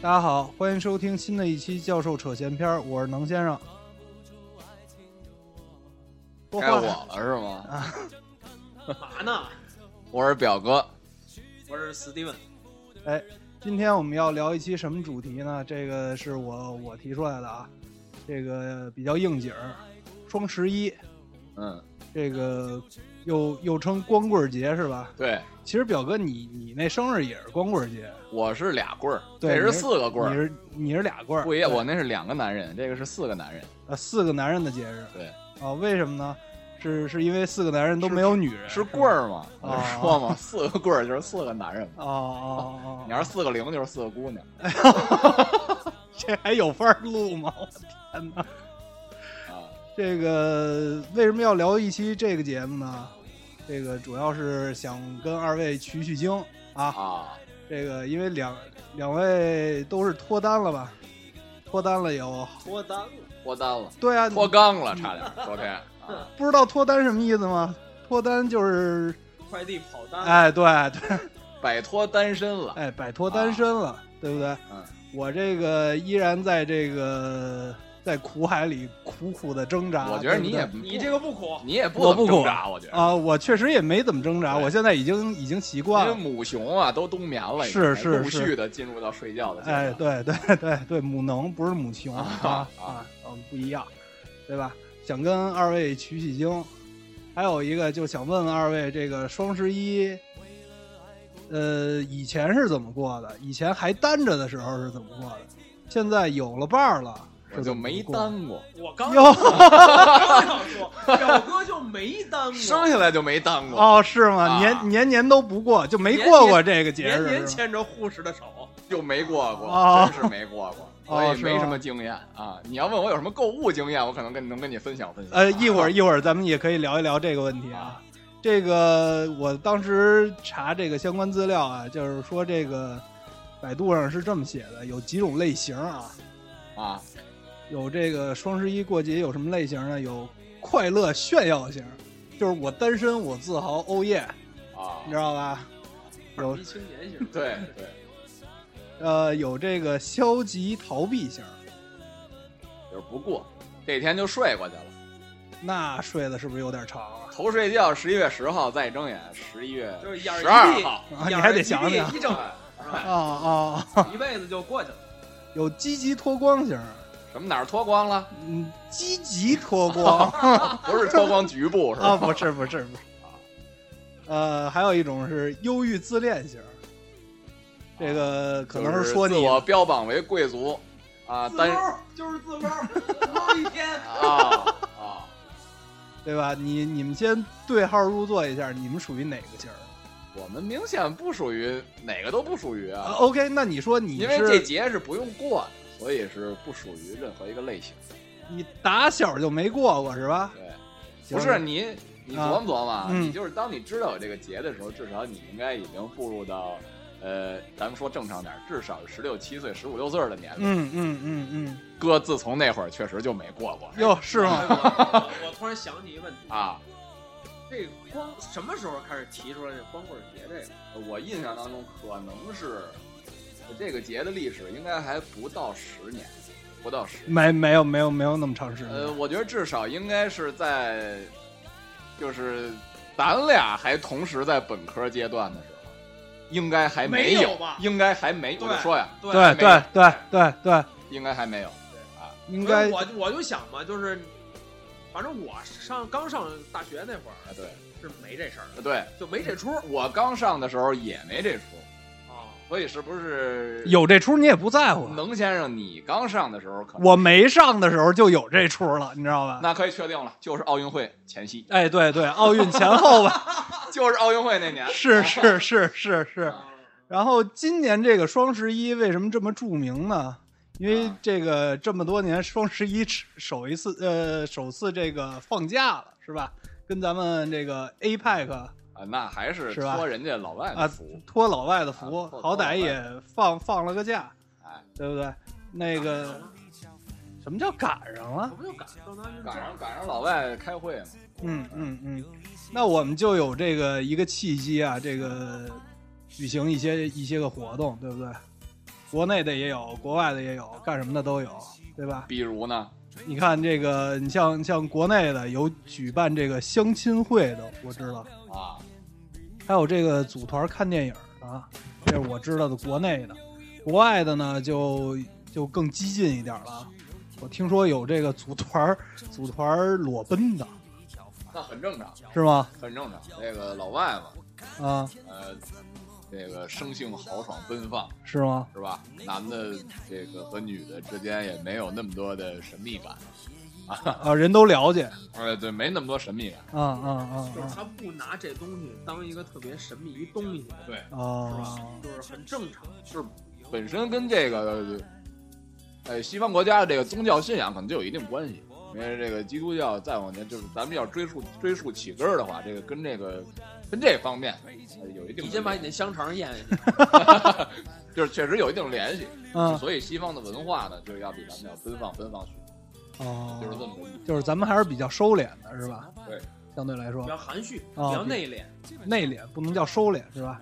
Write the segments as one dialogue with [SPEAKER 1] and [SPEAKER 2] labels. [SPEAKER 1] 大家好，欢迎收听新的一期《教授扯闲篇》，我是能先生。说
[SPEAKER 2] 该
[SPEAKER 1] 话
[SPEAKER 2] 我了是吗？
[SPEAKER 1] 啊，
[SPEAKER 3] 嘛呢？
[SPEAKER 2] 我是表哥，
[SPEAKER 3] 我是 Steven。
[SPEAKER 1] 哎，今天我们要聊一期什么主题呢？这个是我我提出来的啊，这个比较应景儿，双十一，
[SPEAKER 2] 嗯，
[SPEAKER 1] 这个又又称光棍节是吧？
[SPEAKER 2] 对，
[SPEAKER 1] 其实表哥你你那生日也是光棍节，
[SPEAKER 2] 我是俩棍儿，
[SPEAKER 1] 对
[SPEAKER 2] 这
[SPEAKER 1] 你
[SPEAKER 2] 是
[SPEAKER 1] 是
[SPEAKER 2] 四个棍
[SPEAKER 1] 你
[SPEAKER 2] 儿，
[SPEAKER 1] 是你是俩棍儿，
[SPEAKER 2] 不一样，
[SPEAKER 1] 对
[SPEAKER 2] 我那是两个男人，这个是四个男人，
[SPEAKER 1] 呃四个男人的节日，
[SPEAKER 2] 对
[SPEAKER 1] 啊，为什么呢？是是因为四个男人都没有女人，
[SPEAKER 2] 是棍儿嘛？我
[SPEAKER 1] 啊
[SPEAKER 2] 就说嘛，四个棍儿就是四个男人嘛。
[SPEAKER 1] 哦哦哦，
[SPEAKER 2] 你要是四个零，就是四个姑娘。
[SPEAKER 1] 这还有法儿录吗？我天哪！
[SPEAKER 2] 啊，
[SPEAKER 1] 这个为什么要聊一期这个节目呢？这个主要是想跟二位取取经啊。
[SPEAKER 2] 啊，
[SPEAKER 1] 这个因为两两位都是脱单了吧？脱单了有？
[SPEAKER 3] 脱单了，
[SPEAKER 2] 脱单了，
[SPEAKER 1] 对啊，
[SPEAKER 2] 脱肛了，差点昨天啊，
[SPEAKER 1] 不知道脱单什么意思吗？脱单就是
[SPEAKER 3] 快递跑
[SPEAKER 4] 啊
[SPEAKER 3] 单
[SPEAKER 1] 哎，对对，
[SPEAKER 2] 摆脱单身了。
[SPEAKER 1] 哎，摆脱单身了，对不对？
[SPEAKER 2] 嗯，
[SPEAKER 1] 我这个依然在这个在苦海里苦苦的挣扎。
[SPEAKER 2] 我觉得你
[SPEAKER 1] 对
[SPEAKER 2] 也
[SPEAKER 1] 不对
[SPEAKER 2] 不
[SPEAKER 3] 你这个不苦，
[SPEAKER 2] 你也不
[SPEAKER 1] 我
[SPEAKER 2] 怎么
[SPEAKER 1] 不
[SPEAKER 2] 挣
[SPEAKER 1] 苦
[SPEAKER 2] 扎，我觉得。
[SPEAKER 1] 啊，我确实也没怎么挣扎，
[SPEAKER 2] 对
[SPEAKER 1] 我现在已经已经习
[SPEAKER 2] 因
[SPEAKER 1] 惯
[SPEAKER 2] 为
[SPEAKER 1] 了。
[SPEAKER 2] 母熊啊，都冬眠了，已经
[SPEAKER 1] 是是
[SPEAKER 2] 陆
[SPEAKER 1] 是
[SPEAKER 2] 续的进入到睡觉的阶
[SPEAKER 1] 哎，
[SPEAKER 2] 段。
[SPEAKER 1] 对对对对，母能不是母熊啊
[SPEAKER 2] 啊
[SPEAKER 1] 啊，嗯，不一样，对吧？想跟二位取取经，还有一个就想问问二位，这个双十一，呃，以前是怎么过的？以前还单着的时候是怎么过的？现在有了伴儿了，是
[SPEAKER 2] 我就
[SPEAKER 1] 怎么
[SPEAKER 2] 没
[SPEAKER 1] 过的
[SPEAKER 2] 单过，
[SPEAKER 3] 我刚
[SPEAKER 1] 哟
[SPEAKER 3] 刚要说，表哥就没当
[SPEAKER 2] 生下来就没单过。
[SPEAKER 1] 哦，是吗？
[SPEAKER 2] 啊
[SPEAKER 1] 年年年都不过，就没
[SPEAKER 3] 年
[SPEAKER 1] 过
[SPEAKER 3] 年
[SPEAKER 1] 过这个节日，是吗
[SPEAKER 3] 牵着护士的手，
[SPEAKER 2] 就没过过，
[SPEAKER 1] 哦
[SPEAKER 2] 真是没过过，
[SPEAKER 1] 哦
[SPEAKER 2] 所以
[SPEAKER 1] 是
[SPEAKER 2] 没
[SPEAKER 1] 吗
[SPEAKER 2] 什么经验啊。你要问我有什么购物经验，我可能跟能跟你分享分享。
[SPEAKER 1] 呃，一会儿一会儿咱们也可以聊一聊这个问题啊
[SPEAKER 2] 啊。
[SPEAKER 1] 这个我当时查这个相关资料啊，就是说这个百度上是这么写的，有几种类型啊，
[SPEAKER 2] 啊，
[SPEAKER 1] 有这个双十一过节有什么类型呢？有快乐炫耀型，就是我单身我自豪，哦耶，
[SPEAKER 2] 啊
[SPEAKER 1] 你知道吧？有
[SPEAKER 3] 一青年型，
[SPEAKER 2] 对对，
[SPEAKER 1] 呃有这个消极逃避型，
[SPEAKER 2] 就是不过，这天就睡过去了。
[SPEAKER 1] 那睡的是不是有点长啊？
[SPEAKER 2] 头睡觉，十一月十号再一睁眼，十一月
[SPEAKER 3] 就是眼儿一
[SPEAKER 2] 十
[SPEAKER 3] 闭
[SPEAKER 2] 二号，
[SPEAKER 1] 啊，你
[SPEAKER 3] 眼
[SPEAKER 1] 还
[SPEAKER 3] 儿
[SPEAKER 1] 得
[SPEAKER 3] 一
[SPEAKER 1] 想
[SPEAKER 3] 闭
[SPEAKER 1] 想
[SPEAKER 3] 一睁眼
[SPEAKER 1] 啊啊，啊
[SPEAKER 3] 一辈子就过去了。
[SPEAKER 1] 有积极脱光型，
[SPEAKER 2] 什么哪儿脱光了？啊
[SPEAKER 1] 嗯，积极脱 光。
[SPEAKER 2] 不是脱光局部是
[SPEAKER 1] 啊，
[SPEAKER 2] 吧？
[SPEAKER 1] 不是不是不是，呃，还有一种是忧郁自恋型，这个可能
[SPEAKER 2] 啊就是
[SPEAKER 1] 说
[SPEAKER 2] 自
[SPEAKER 1] 你
[SPEAKER 2] 我标榜为贵族啊，
[SPEAKER 3] 自
[SPEAKER 2] 单
[SPEAKER 3] 摸就是自摸，猫一天。
[SPEAKER 2] 啊啊，
[SPEAKER 1] 对吧？你你们先对号入座一下，你们属于哪个型儿、
[SPEAKER 2] 我们明显不属于哪个都不属于
[SPEAKER 1] 啊
[SPEAKER 2] 啊。
[SPEAKER 1] ？OK，那你说你
[SPEAKER 2] 因为这
[SPEAKER 1] 是
[SPEAKER 2] 节是不用过的，所以是不属于任何一个类型。
[SPEAKER 1] 你打小就没过过是吧？
[SPEAKER 2] 对，
[SPEAKER 1] 行
[SPEAKER 2] 不是你，你琢磨琢磨啊，
[SPEAKER 1] 嗯
[SPEAKER 2] 你就是当你知道有这个节的时候，至少你应该已经步入到，呃，咱们说正常点儿，至少十六七岁、十五六岁的年龄。
[SPEAKER 1] 嗯嗯嗯嗯，
[SPEAKER 2] 哥自从那会儿确实就没过过
[SPEAKER 1] 哟，是吗？
[SPEAKER 3] 哎我我突然想起一个问题，
[SPEAKER 2] 啊。
[SPEAKER 3] 这个光什么时候开始提出来这光棍节这个？
[SPEAKER 2] 我印象当中，可能是这个节的历史应该还不到十年，不到十年。
[SPEAKER 1] 没没有没有没有那么长时间。
[SPEAKER 2] 哎呃，我觉得至少应该是在，就是咱俩还同时在本科阶段的时候，应该还
[SPEAKER 3] 没
[SPEAKER 2] 有
[SPEAKER 3] 有吧
[SPEAKER 2] 应该还没，
[SPEAKER 3] 对
[SPEAKER 2] 我就说呀，
[SPEAKER 3] 对
[SPEAKER 1] 对
[SPEAKER 2] 没有
[SPEAKER 1] 对对对对，
[SPEAKER 2] 应该还没有。啊
[SPEAKER 1] 应该
[SPEAKER 3] 我我就想嘛，就是反正我上刚上大学那会儿
[SPEAKER 2] 啊，对，
[SPEAKER 3] 是没这事儿的，
[SPEAKER 2] 对
[SPEAKER 3] 就没这出
[SPEAKER 2] 我刚上的时候也没这出
[SPEAKER 3] 啊。
[SPEAKER 2] 所以是不是
[SPEAKER 1] 有这出你也不在乎啊。
[SPEAKER 2] 能先生你刚上的时候可能
[SPEAKER 1] 我没上的时候就有这出了，你知道吧？
[SPEAKER 2] 那可以确定了，就是奥运会前夕，
[SPEAKER 1] 哎，对对，奥运前后吧。
[SPEAKER 2] 就是奥运会那年。
[SPEAKER 1] 是是是是是。然后今年这个双十一为什么这么著名呢？因为
[SPEAKER 2] 啊
[SPEAKER 1] 这个这么多年双十一只首一次呃首次这个放假了，是吧？跟咱们这个 E APEC
[SPEAKER 2] 啊，那还是
[SPEAKER 1] 是吧
[SPEAKER 2] 托人家老外
[SPEAKER 1] 啊
[SPEAKER 2] 的福。
[SPEAKER 1] 托老外的福，
[SPEAKER 2] 啊托
[SPEAKER 1] 好歹也放放了个假，
[SPEAKER 2] 哎，
[SPEAKER 1] 对不对？那个什么叫赶上了
[SPEAKER 3] 我？不就赶上拿运
[SPEAKER 2] 赶
[SPEAKER 3] 证？
[SPEAKER 2] 上赶上老外开会嘛，
[SPEAKER 1] 嗯嗯嗯，那我们就有这个一个契机啊，这个举行一些一些个活动，对不对？国内的也有，国外的也有，干什么的都有，对吧？
[SPEAKER 2] 比如呢，
[SPEAKER 1] 你看这个，你像像国内的有举办这个相亲会的，我知道，
[SPEAKER 2] 啊，
[SPEAKER 1] 还有这个组团看电影的，这是我知道的国内的。国外的呢，就就更激进一点了。我听说有这个组团组团裸奔的，
[SPEAKER 2] 那很正常，
[SPEAKER 1] 是吗？
[SPEAKER 2] 很正常。那个老外嘛，
[SPEAKER 1] 啊，
[SPEAKER 2] 呃，这个生性豪爽奔放
[SPEAKER 1] 是吗？
[SPEAKER 2] 是吧？男的这个和女的之间也没有那么多的神秘感，
[SPEAKER 1] 啊，人都了解，
[SPEAKER 2] 呃，对，没那么多神秘感。
[SPEAKER 1] 啊啊
[SPEAKER 3] 就是他不拿这东西当一个特别神秘一东西，是
[SPEAKER 2] 对，
[SPEAKER 3] 吧
[SPEAKER 1] 啊啊！？
[SPEAKER 3] 就是很正常。
[SPEAKER 2] 是本身跟这个，呃，西方国家的这个宗教信仰可能就有一定关系。因为这个基督教再往前，就是咱们要追溯追溯起根儿的话，这个跟这个跟这方面、呃有一定，
[SPEAKER 3] 你先把你那香肠咽下去，
[SPEAKER 2] 就是确实有一定联系。
[SPEAKER 1] 嗯
[SPEAKER 2] 所以西方的文化呢，就是要比咱们要奔放奔放许多，就是这
[SPEAKER 1] 哦，
[SPEAKER 2] 么个意思。
[SPEAKER 1] 就是咱们还是比较收敛的，是吧？
[SPEAKER 2] 对，
[SPEAKER 1] 相对来说
[SPEAKER 3] 比较含蓄，比
[SPEAKER 1] 哦
[SPEAKER 3] 较内敛。
[SPEAKER 1] 内敛，不能叫收敛，是吧？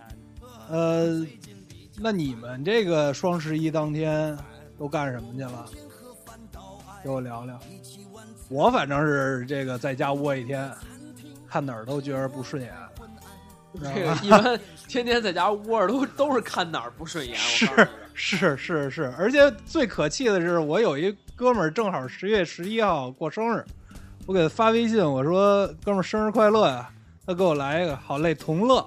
[SPEAKER 1] 呃，那你们这个双十一当天都干什么去了？给我聊聊。我反正是这个在家窝一天，看哪儿都觉得不顺眼。
[SPEAKER 3] 这个一般天天在家窝着都都是看哪儿不顺眼，我告诉你。
[SPEAKER 1] 是是是，而且最可气的是，我有一哥们儿正好十月十一号过生日，我给他发微信，我说哥们儿生日快乐呀、他给我来一个好嘞同乐，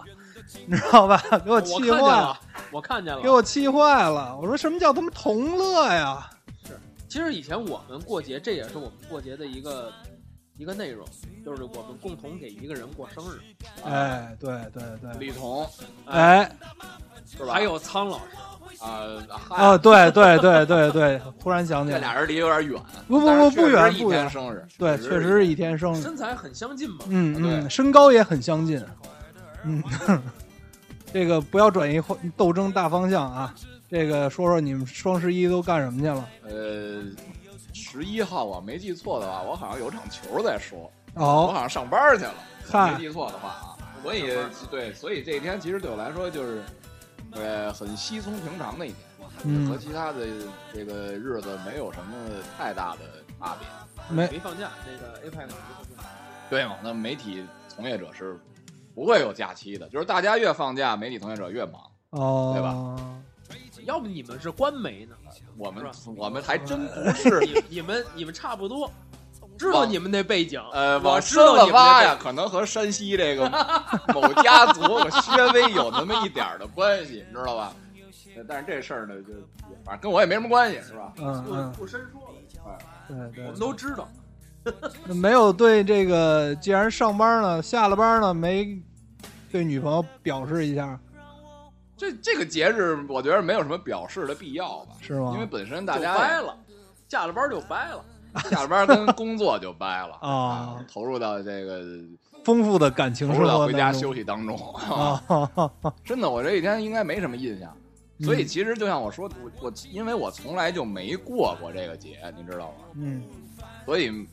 [SPEAKER 1] 你知道吧？ 给 我
[SPEAKER 3] 我
[SPEAKER 1] 气
[SPEAKER 3] 看
[SPEAKER 1] 坏
[SPEAKER 3] 见了，我看见了。
[SPEAKER 1] 给我气坏了。我说什么叫他妈同乐呀？
[SPEAKER 3] 其实以前我们过节，这也是我们过节的一个一个内容，就是我们共同给一个人过生日，
[SPEAKER 1] 哎，对对对，
[SPEAKER 2] 李彤
[SPEAKER 1] 哎
[SPEAKER 2] 是吧？
[SPEAKER 3] 还有苍老师，
[SPEAKER 2] 啊，
[SPEAKER 1] 哦，
[SPEAKER 2] 嗨，
[SPEAKER 1] 对对对对对，忽然想起
[SPEAKER 2] 这
[SPEAKER 1] 来，
[SPEAKER 2] 俩人离有点远，
[SPEAKER 1] 不不
[SPEAKER 2] 但是
[SPEAKER 1] 不不
[SPEAKER 2] 确实
[SPEAKER 1] 远
[SPEAKER 2] 一
[SPEAKER 1] 不
[SPEAKER 2] 天
[SPEAKER 1] 远
[SPEAKER 2] 生日，
[SPEAKER 1] 对，确实是一天生日，
[SPEAKER 3] 身材很相近嘛。
[SPEAKER 1] 嗯嗯，
[SPEAKER 2] 对
[SPEAKER 1] 身高也很相近。嗯， 这个不要转移话斗争大方向啊。这个说说你们双十一都干什么去了？
[SPEAKER 2] 呃，十一号我没记错的话，我好像有场球在说，我
[SPEAKER 1] 哦
[SPEAKER 2] 好，像上班去了，
[SPEAKER 1] 嗨
[SPEAKER 2] 没记错的话啊。所以对，所以这一天其实对我来说就是，呃，很稀松平常的一天，和
[SPEAKER 1] 嗯，
[SPEAKER 2] 其他的这个日子没有什么太大的差别，
[SPEAKER 1] 没，
[SPEAKER 3] 没放假，那个 A 派没放假。
[SPEAKER 2] 对吗？那媒体从业者是不会有假期的，就是大家越放假，媒体从业者越忙。
[SPEAKER 1] 哦，
[SPEAKER 2] 对
[SPEAKER 3] 要不你们是官媒 呢？
[SPEAKER 2] 我们
[SPEAKER 3] 是
[SPEAKER 2] 我们还真不是，
[SPEAKER 3] 你你们你们差不多，知道你们那背景。
[SPEAKER 2] 呃，
[SPEAKER 3] 我
[SPEAKER 2] 往
[SPEAKER 3] 知
[SPEAKER 2] 深
[SPEAKER 3] 道
[SPEAKER 2] 了
[SPEAKER 3] 你们
[SPEAKER 2] 挖
[SPEAKER 3] 那
[SPEAKER 2] 呀，可能和山西这个某家 族稍微有那么一点儿的关系，你知道吧？呃但是这事儿呢，就也反正跟我也没什么关系，是吧？
[SPEAKER 3] 背
[SPEAKER 1] 嗯
[SPEAKER 3] 景
[SPEAKER 1] 嗯，
[SPEAKER 3] 不不深说了，
[SPEAKER 1] 对对
[SPEAKER 3] 我们，都知道。
[SPEAKER 1] 那没有对这个，既然上班呢，下了班呢，没对女朋友表示一下
[SPEAKER 2] 这这个节日，我觉得没有什么表示的必要吧，
[SPEAKER 1] 是吗
[SPEAKER 2] 因为本身大
[SPEAKER 3] 就
[SPEAKER 2] 家
[SPEAKER 3] 掰
[SPEAKER 2] 也
[SPEAKER 3] 了，下了班就掰了。
[SPEAKER 2] 下了班跟工作就掰 了
[SPEAKER 1] 啊，
[SPEAKER 2] 投入到这个
[SPEAKER 1] 丰富的感情
[SPEAKER 2] 投
[SPEAKER 1] 生
[SPEAKER 2] 入到
[SPEAKER 1] 活
[SPEAKER 2] 回
[SPEAKER 1] 当
[SPEAKER 2] 家
[SPEAKER 1] 中
[SPEAKER 2] 休息当中。
[SPEAKER 1] 啊，哈哈
[SPEAKER 2] 真的，我这一天应该没什么印象。
[SPEAKER 1] 嗯
[SPEAKER 2] 所以其实就像我说，我我因为我从来就没过过这个节，你知道吗？
[SPEAKER 1] 嗯，
[SPEAKER 2] 所以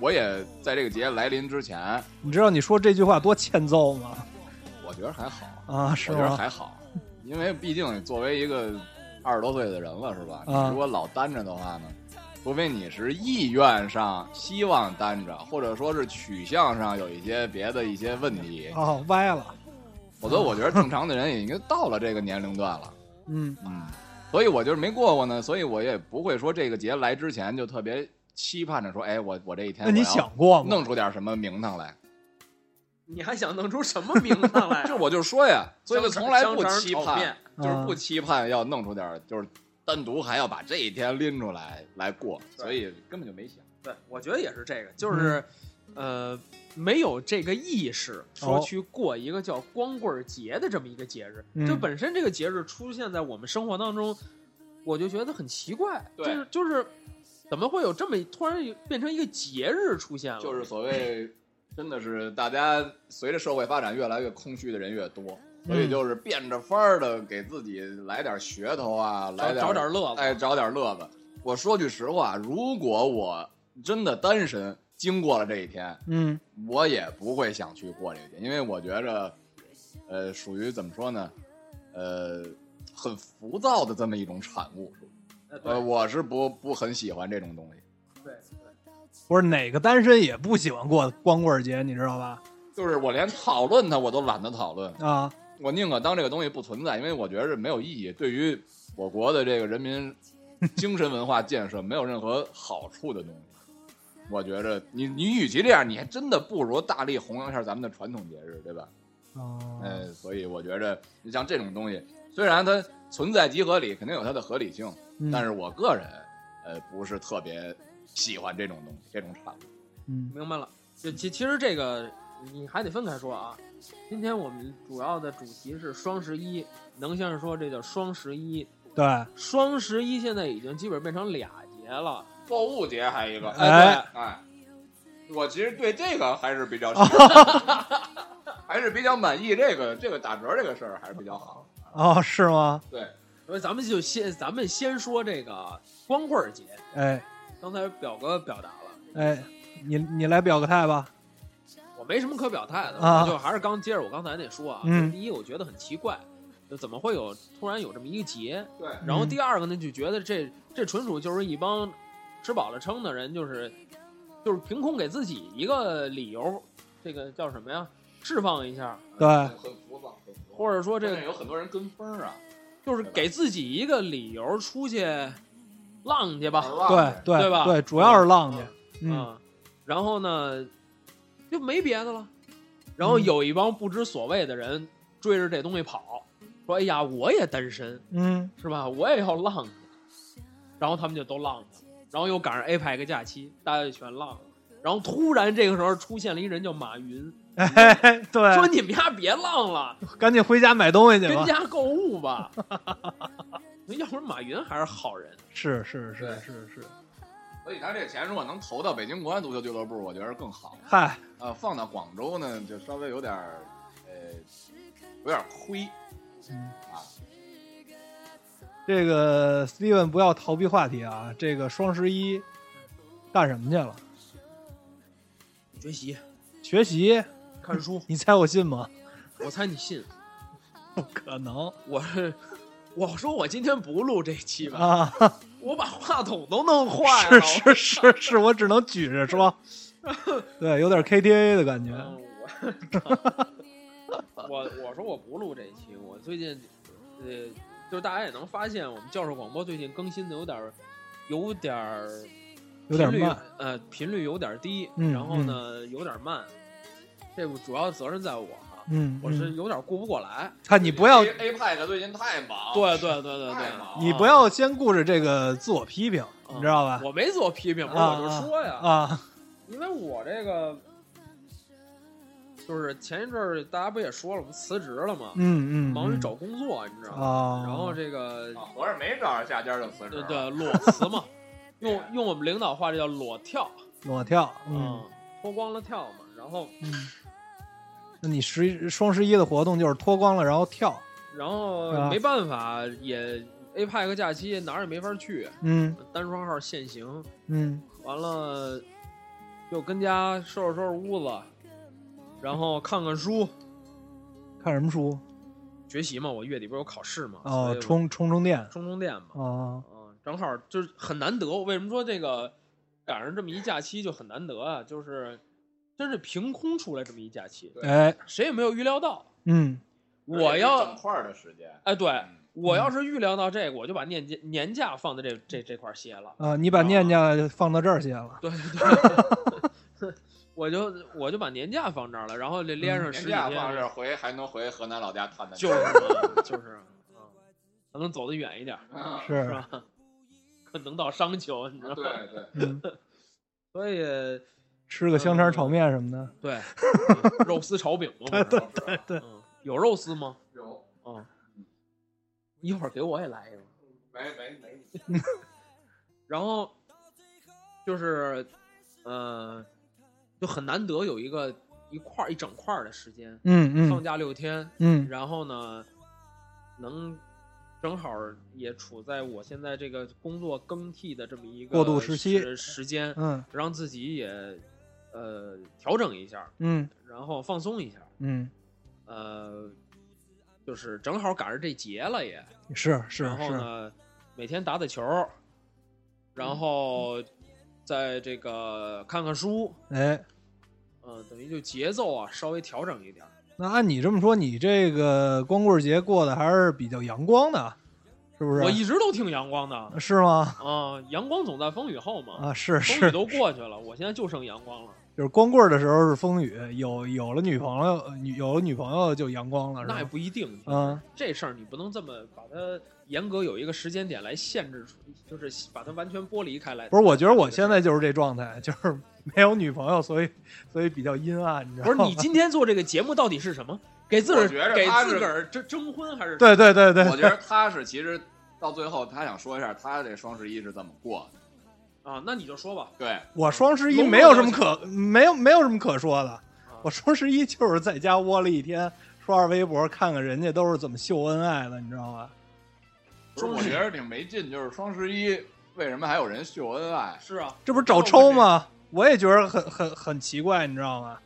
[SPEAKER 2] 我也在这个节来临之前，
[SPEAKER 1] 你知道你说这句话多欠揍吗？
[SPEAKER 2] 我觉得还好，
[SPEAKER 1] 啊，是
[SPEAKER 2] 我觉得
[SPEAKER 1] 吗？
[SPEAKER 2] 还好，因为毕竟作为一个二十多岁的人了，是吧？
[SPEAKER 1] 啊
[SPEAKER 2] 你如果老单着的话呢，除非你是意愿上希望单着，或者说是取向上有一些别的一些问题，
[SPEAKER 1] 啊，歪了，
[SPEAKER 2] 否则我觉得正常的人也应该到了这个年龄段了。
[SPEAKER 1] 嗯。
[SPEAKER 2] 嗯，所以我就是没过过呢，所以我也不会说这个节来之前就特别期盼着说，哎，我我这一天
[SPEAKER 1] 那你
[SPEAKER 2] 我要
[SPEAKER 1] 想过吗？
[SPEAKER 2] 弄出点什么名堂来。
[SPEAKER 4] 你还想弄出什么名堂 来？
[SPEAKER 2] 就我就 说呀，所以
[SPEAKER 4] 香
[SPEAKER 2] 就
[SPEAKER 4] 肠
[SPEAKER 2] 从来不
[SPEAKER 4] 香肠
[SPEAKER 2] 期
[SPEAKER 4] 炒
[SPEAKER 2] 盼
[SPEAKER 4] 面，
[SPEAKER 2] 就是不
[SPEAKER 1] 啊
[SPEAKER 2] 期盼要弄出点儿，就是单独还要把这一天拎出来来过，
[SPEAKER 4] 对
[SPEAKER 2] 所以根本就没想。
[SPEAKER 4] 对，我觉得也是这个，
[SPEAKER 1] 嗯
[SPEAKER 4] 就是，呃，没有这个意识说
[SPEAKER 1] 哦
[SPEAKER 4] 去过一个叫光棍节的这么一个节日。
[SPEAKER 1] 嗯
[SPEAKER 4] 就本身这个节日出现在我们生活当中，我就觉得很奇怪，就
[SPEAKER 2] 对
[SPEAKER 4] 是就是，怎么会有这么突然变成一个节日出现了？
[SPEAKER 2] 就是所谓，真的是大家随着社会发展越来越空虚的人越多，所
[SPEAKER 4] 嗯
[SPEAKER 2] 以就是变着法儿的给自己来点噱头啊，来
[SPEAKER 4] 找找
[SPEAKER 2] 点
[SPEAKER 4] 点乐子。
[SPEAKER 2] 哎找点乐子。我说句实话，如果我真的单身经过了这一天，
[SPEAKER 1] 嗯
[SPEAKER 2] 我也不会想去过这个节，因为我觉着，呃，属于怎么说呢，呃，很浮躁的这么一种产物。
[SPEAKER 4] 哎对
[SPEAKER 2] 呃，我是不不很喜欢这种东西。
[SPEAKER 4] 对对，
[SPEAKER 1] 不是哪个单身也不喜欢过光棍节，你知道吧？
[SPEAKER 2] 就是我连讨论它我都懒得讨论，
[SPEAKER 1] 啊，
[SPEAKER 2] 我宁可当这个东西不存在，因为我觉着没有意义，对于我国的这个人 民精神文化建设没有任何好处的东西。我觉着你你与其这样，你还真的不如大力弘扬一下咱们的传统节日，对吧？
[SPEAKER 1] 哦
[SPEAKER 2] 呃，所以我觉着，你像这种东西，虽然它存在集合里肯定有它的合理性，
[SPEAKER 1] 嗯
[SPEAKER 2] 但是我个人，呃，不是特别喜欢这种东西，这种产物。
[SPEAKER 1] 嗯
[SPEAKER 4] 明白了。就其其实这个你还得分开说啊。今天我们主要的主题是双十一，能先生说这叫双十一。
[SPEAKER 1] 对，
[SPEAKER 4] 双十一现在已经基本变成俩节了，
[SPEAKER 2] 购物节还一个，
[SPEAKER 1] 哎
[SPEAKER 2] 哎，我其实对这个还是比较， 还是比较满意这个这个打折这个事儿还是比 较好。
[SPEAKER 1] 哦，是吗？
[SPEAKER 2] 对，
[SPEAKER 4] 所以咱们就先咱们先说这个光棍节。
[SPEAKER 1] 哎
[SPEAKER 4] 刚才表哥表达了，
[SPEAKER 1] 哎，你你来表个态吧。
[SPEAKER 4] 我没什么可表态的，
[SPEAKER 1] 啊
[SPEAKER 4] 我就还是刚接着我刚才那说啊。
[SPEAKER 1] 嗯
[SPEAKER 4] 第一，我觉得很奇怪，就怎么会有突然有这么一个节？
[SPEAKER 2] 对，
[SPEAKER 1] 嗯
[SPEAKER 4] 然后第二个呢，就觉得这这纯属就是一帮吃饱了撑的人，就是就是凭空给自己一个理由，这个叫什么呀？释放一下，
[SPEAKER 1] 对
[SPEAKER 2] 很浮躁，很浮躁。
[SPEAKER 4] 或者说这
[SPEAKER 2] 这
[SPEAKER 4] 个
[SPEAKER 2] 个有很多人跟风啊，
[SPEAKER 4] 就是给自己一个理由出去浪去吧，
[SPEAKER 1] 对对
[SPEAKER 4] 对吧
[SPEAKER 1] 对，主要是浪去。嗯
[SPEAKER 4] 嗯，然后呢，就没别的了。然后
[SPEAKER 1] 嗯
[SPEAKER 4] 有一帮不知所谓的人追着这东西跑，说：“哎呀，我也单身，
[SPEAKER 1] 嗯，
[SPEAKER 4] 是吧？我也要浪去。”然后他们就都浪去了，然后又赶上 APEC 假期，大家就全浪了。然后突然这个时候出现了一人叫马云，
[SPEAKER 1] 哎
[SPEAKER 4] 说：“
[SPEAKER 1] 对，
[SPEAKER 4] 你们家别浪了，
[SPEAKER 1] 赶紧回家买东西去
[SPEAKER 4] 跟
[SPEAKER 1] 吧。
[SPEAKER 4] 家购物吧。” 要不然马云还是好人。
[SPEAKER 1] 是是是
[SPEAKER 2] 对
[SPEAKER 1] 是是，
[SPEAKER 2] 所以他这钱如果能投到北京国安足球俱乐部，我觉得更好。
[SPEAKER 1] 嗨，
[SPEAKER 2] 呃，放到广州呢，就稍微有点儿，呃，有点儿亏
[SPEAKER 1] 嗯
[SPEAKER 2] 啊。
[SPEAKER 1] 这个 Steven 不要逃避话题啊。这个双十一干什么去了？
[SPEAKER 4] 学习、
[SPEAKER 1] 学习？
[SPEAKER 4] 看书，
[SPEAKER 1] 你猜我信吗？
[SPEAKER 4] 我猜你信。
[SPEAKER 1] 不可能
[SPEAKER 4] 我是我说我今天不录这期吧，
[SPEAKER 1] 啊！
[SPEAKER 4] 我把话筒都弄坏了。
[SPEAKER 1] 是是是是，我只能举着说。 对，有点 KTA 的感觉。
[SPEAKER 4] 嗯 我我我说我不录这一期，我最近呃，就是大家也能发现，我们教授广播最近更新的有点儿有点儿
[SPEAKER 1] 有点
[SPEAKER 4] 频率
[SPEAKER 1] 慢，
[SPEAKER 4] 呃，频率有点低，
[SPEAKER 1] 嗯
[SPEAKER 4] 然后呢有点慢，这主要责任在我。
[SPEAKER 1] 嗯，
[SPEAKER 4] 我是
[SPEAKER 1] 嗯
[SPEAKER 4] 有点顾不过来，
[SPEAKER 1] 看你不要
[SPEAKER 2] A Pack E 最近太忙，啊
[SPEAKER 4] 对对对对对
[SPEAKER 2] 太，忙
[SPEAKER 1] 你不要先顾着这个自我批评，
[SPEAKER 4] 哎啊
[SPEAKER 1] 你知道吧？
[SPEAKER 4] 我没自我批评，不是
[SPEAKER 1] 啊
[SPEAKER 4] 我就说呀，
[SPEAKER 1] 啊，
[SPEAKER 4] 因为我这个就是前一阵儿大家不也说了，我们辞职了嘛，
[SPEAKER 1] 嗯嗯，
[SPEAKER 4] 忙于
[SPEAKER 1] 嗯
[SPEAKER 4] 找工作，你知道吗？
[SPEAKER 1] 啊，
[SPEAKER 4] 然后这个
[SPEAKER 2] 啊，合着没找着下家就辞职
[SPEAKER 4] 对
[SPEAKER 2] 了。
[SPEAKER 4] 对裸辞嘛，用用我们领导话这叫裸跳，
[SPEAKER 1] 裸跳，嗯，
[SPEAKER 4] 啊，脱光了跳嘛。然后
[SPEAKER 1] 那你十一双十一的活动就是脱光了然后跳，
[SPEAKER 4] 然后
[SPEAKER 1] 啊
[SPEAKER 4] 没办法，也 APEC 假期哪儿也没法去，
[SPEAKER 1] 嗯
[SPEAKER 4] 单双号限行，
[SPEAKER 1] 嗯
[SPEAKER 4] 完了就跟家收拾收拾屋子，然后看看书。
[SPEAKER 1] 看什么书？
[SPEAKER 4] 学习嘛，我月底不是有考试嘛，所
[SPEAKER 1] 哦
[SPEAKER 4] 以，我
[SPEAKER 1] 充充充电
[SPEAKER 4] 充充电嘛，
[SPEAKER 1] 啊，
[SPEAKER 4] 啊，正好就是很难得。我为什么说这个赶上这么一假期就很难得啊？就是真是凭空出来这么一假期，
[SPEAKER 1] 哎，
[SPEAKER 4] 谁也没有预料到。
[SPEAKER 1] 嗯
[SPEAKER 2] 而且
[SPEAKER 4] 我
[SPEAKER 2] 是整
[SPEAKER 4] 要
[SPEAKER 2] 块儿的时间，
[SPEAKER 4] 哎，对
[SPEAKER 2] 嗯
[SPEAKER 4] 我要是预料到这个，我就把年假年假放在这这这块儿歇了。
[SPEAKER 1] 啊，你把念念放到这儿去了，
[SPEAKER 4] 对对对，我就我就把年假放这儿了，然后连连上十
[SPEAKER 2] 嗯年
[SPEAKER 4] 几
[SPEAKER 2] 假
[SPEAKER 4] 天，
[SPEAKER 2] 放这儿回还能回河南老家探探，
[SPEAKER 4] 就是嘛就是，嗯，还能走得远一点，
[SPEAKER 2] 啊
[SPEAKER 4] 是
[SPEAKER 1] 是，
[SPEAKER 4] 吧？可能到商丘，你知道吗？
[SPEAKER 2] 对对，
[SPEAKER 1] 嗯，
[SPEAKER 4] 所以
[SPEAKER 1] 吃个香肠炒面什么的，
[SPEAKER 4] 对，肉丝炒饼 嘛，
[SPEAKER 2] 对对对，
[SPEAKER 4] 嗯，有肉丝吗？
[SPEAKER 2] 有
[SPEAKER 4] 嗯，一会儿给我也来一个。
[SPEAKER 2] 没没没，
[SPEAKER 4] 然后就是，呃，就很难得有一个一块儿一整块儿的时间，
[SPEAKER 1] 嗯
[SPEAKER 4] 放
[SPEAKER 1] 嗯
[SPEAKER 4] 假六天，
[SPEAKER 1] 嗯
[SPEAKER 4] 然后呢，能正好也处在我现在这个工作更替的这么一个
[SPEAKER 1] 过渡时期
[SPEAKER 4] 时时间，
[SPEAKER 1] 嗯
[SPEAKER 4] 让自己也呃调整一下，
[SPEAKER 1] 嗯
[SPEAKER 4] 然后放松一下，
[SPEAKER 1] 嗯，
[SPEAKER 4] 呃，就是正好赶上这节了也，
[SPEAKER 1] 嗯是是
[SPEAKER 4] 然后
[SPEAKER 1] 是，
[SPEAKER 4] 呢，每天打打球，
[SPEAKER 1] 嗯
[SPEAKER 4] 然后在这个看看书，
[SPEAKER 1] 哎，
[SPEAKER 4] 呃，等于就节奏啊稍微调整一点儿。
[SPEAKER 1] 那按你这么说，你这个光棍节过得还是比较阳光的，是不是？啊
[SPEAKER 4] 我一直都挺阳光的啊、
[SPEAKER 1] 是吗？
[SPEAKER 4] 阳光总在风雨后嘛。
[SPEAKER 1] 啊，是
[SPEAKER 4] 风
[SPEAKER 1] 是
[SPEAKER 4] 雨，都过去了，我现在就剩阳光了。
[SPEAKER 1] 就是光棍的时候是风雨，有有了女朋友，呃女有了女朋友就阳光啊了，是
[SPEAKER 4] 那也
[SPEAKER 1] 吧？
[SPEAKER 4] 不一定，
[SPEAKER 1] 嗯
[SPEAKER 4] 这事儿你不能这么把它严格有一个时间点来限制出，就是把它完全剥离开来。
[SPEAKER 1] 不是，我觉得我现在就是这状态，就是没有女朋友，所以所以比较阴暗，你知道
[SPEAKER 4] 不
[SPEAKER 1] 吗？
[SPEAKER 4] 是你今天做这个节目到底是什么？给自个
[SPEAKER 2] 我觉
[SPEAKER 4] 儿
[SPEAKER 2] 着
[SPEAKER 4] 给
[SPEAKER 2] 他
[SPEAKER 4] 自
[SPEAKER 2] 是
[SPEAKER 4] 个儿征征婚还是？
[SPEAKER 1] 对对 对对，
[SPEAKER 2] 我觉得他是其实到最后他想说一下他这双十一是怎么过的，
[SPEAKER 4] 啊，那你就说吧。
[SPEAKER 2] 对，
[SPEAKER 1] 我双十一
[SPEAKER 4] 龙
[SPEAKER 1] 没
[SPEAKER 4] 哥啊
[SPEAKER 1] 有
[SPEAKER 4] 就
[SPEAKER 1] 什么可没有没有什么可说的，我双十一就是在家窝了一天，刷刷微博，看看人家都是怎么秀恩爱的，你知道吧？
[SPEAKER 2] 不是我觉得挺没劲，就是双十一为什么还有人秀恩爱？
[SPEAKER 4] 是啊，
[SPEAKER 1] 这不是找抽吗？我也觉得很很很奇怪，你知道吗？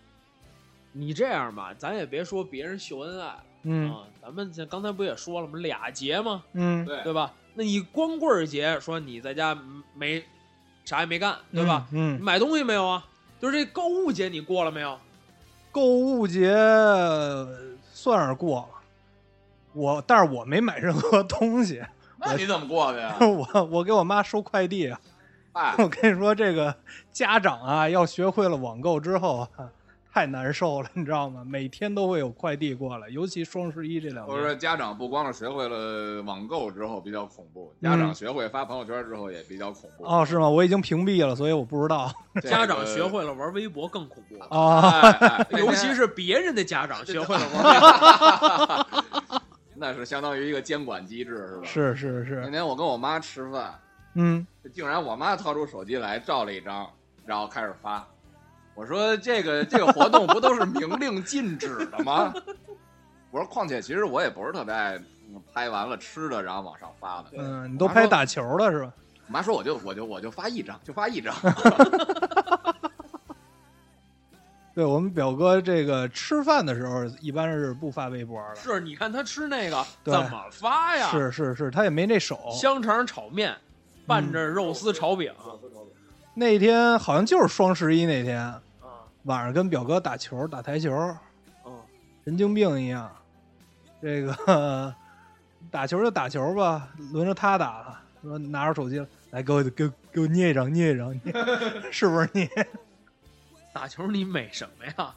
[SPEAKER 4] 你这样吧，咱也别说别人秀恩爱、
[SPEAKER 1] 嗯
[SPEAKER 4] 啊，咱们这刚才不也说了吗？俩节嘛，
[SPEAKER 1] 嗯，
[SPEAKER 2] 对
[SPEAKER 4] 对吧？那你光棍儿节说你在家没啥也没干，对吧？你
[SPEAKER 1] 嗯？嗯，
[SPEAKER 4] 买东西没有啊？就是这购物节你过了没有？
[SPEAKER 1] 购物节呃算是过了，我但是我没买任何东西，？
[SPEAKER 2] 那你怎么过的呀
[SPEAKER 1] 我我给我妈收快递啊。
[SPEAKER 2] 哎，
[SPEAKER 1] 我跟你说，这个家长啊，要学会了网购之后啊，太难受了，你知道吗？每天都会有快递过来，尤其双十一这两
[SPEAKER 2] 我说
[SPEAKER 1] 天。
[SPEAKER 2] 家长不光是学会了网购之后比较恐怖，家长学会发朋友圈之后也比较恐怖。
[SPEAKER 1] 嗯哦，是吗？我已经屏蔽了，所以我不知道。
[SPEAKER 2] 这个
[SPEAKER 4] 家长学，会了玩微博更恐怖了，
[SPEAKER 1] 啊，
[SPEAKER 2] 哎 哎那天
[SPEAKER 4] 尤 其是别人的家长学会了玩微博。
[SPEAKER 2] 那是相当于一个监管机制，是吧？。
[SPEAKER 1] 是是
[SPEAKER 2] 那
[SPEAKER 1] 是，
[SPEAKER 2] 天我跟我妈吃饭，
[SPEAKER 1] 嗯
[SPEAKER 2] 竟然我妈掏出手机来照了一张，然后开始发。我说这个这个活动不都是明令禁止的吗？ 我说，况且其实我也不是特别爱嗯拍完了吃的然后往上发的。
[SPEAKER 1] 嗯，你都拍打球了是吧？
[SPEAKER 2] 我妈说我就我就我就发一张，就 发一张。
[SPEAKER 1] 对我们表哥这个吃饭的时候，一般是不发微博的。
[SPEAKER 4] 是，啊你看他吃那个
[SPEAKER 1] 对
[SPEAKER 4] 怎么发呀？
[SPEAKER 1] 是是是，他也没那手。
[SPEAKER 4] 香肠炒面，拌
[SPEAKER 1] 嗯
[SPEAKER 4] 着肉丝炒饼
[SPEAKER 1] 那天好像就是双十一那天
[SPEAKER 4] 啊，
[SPEAKER 1] 晚上跟表哥打球，打台球。
[SPEAKER 4] 嗯，
[SPEAKER 1] 神经病一样。这个 打球就打球吧，轮着他打了。说拿着手机来给我给我给我捏一张捏一张， 捏是不是你？
[SPEAKER 4] 打球你美什么呀？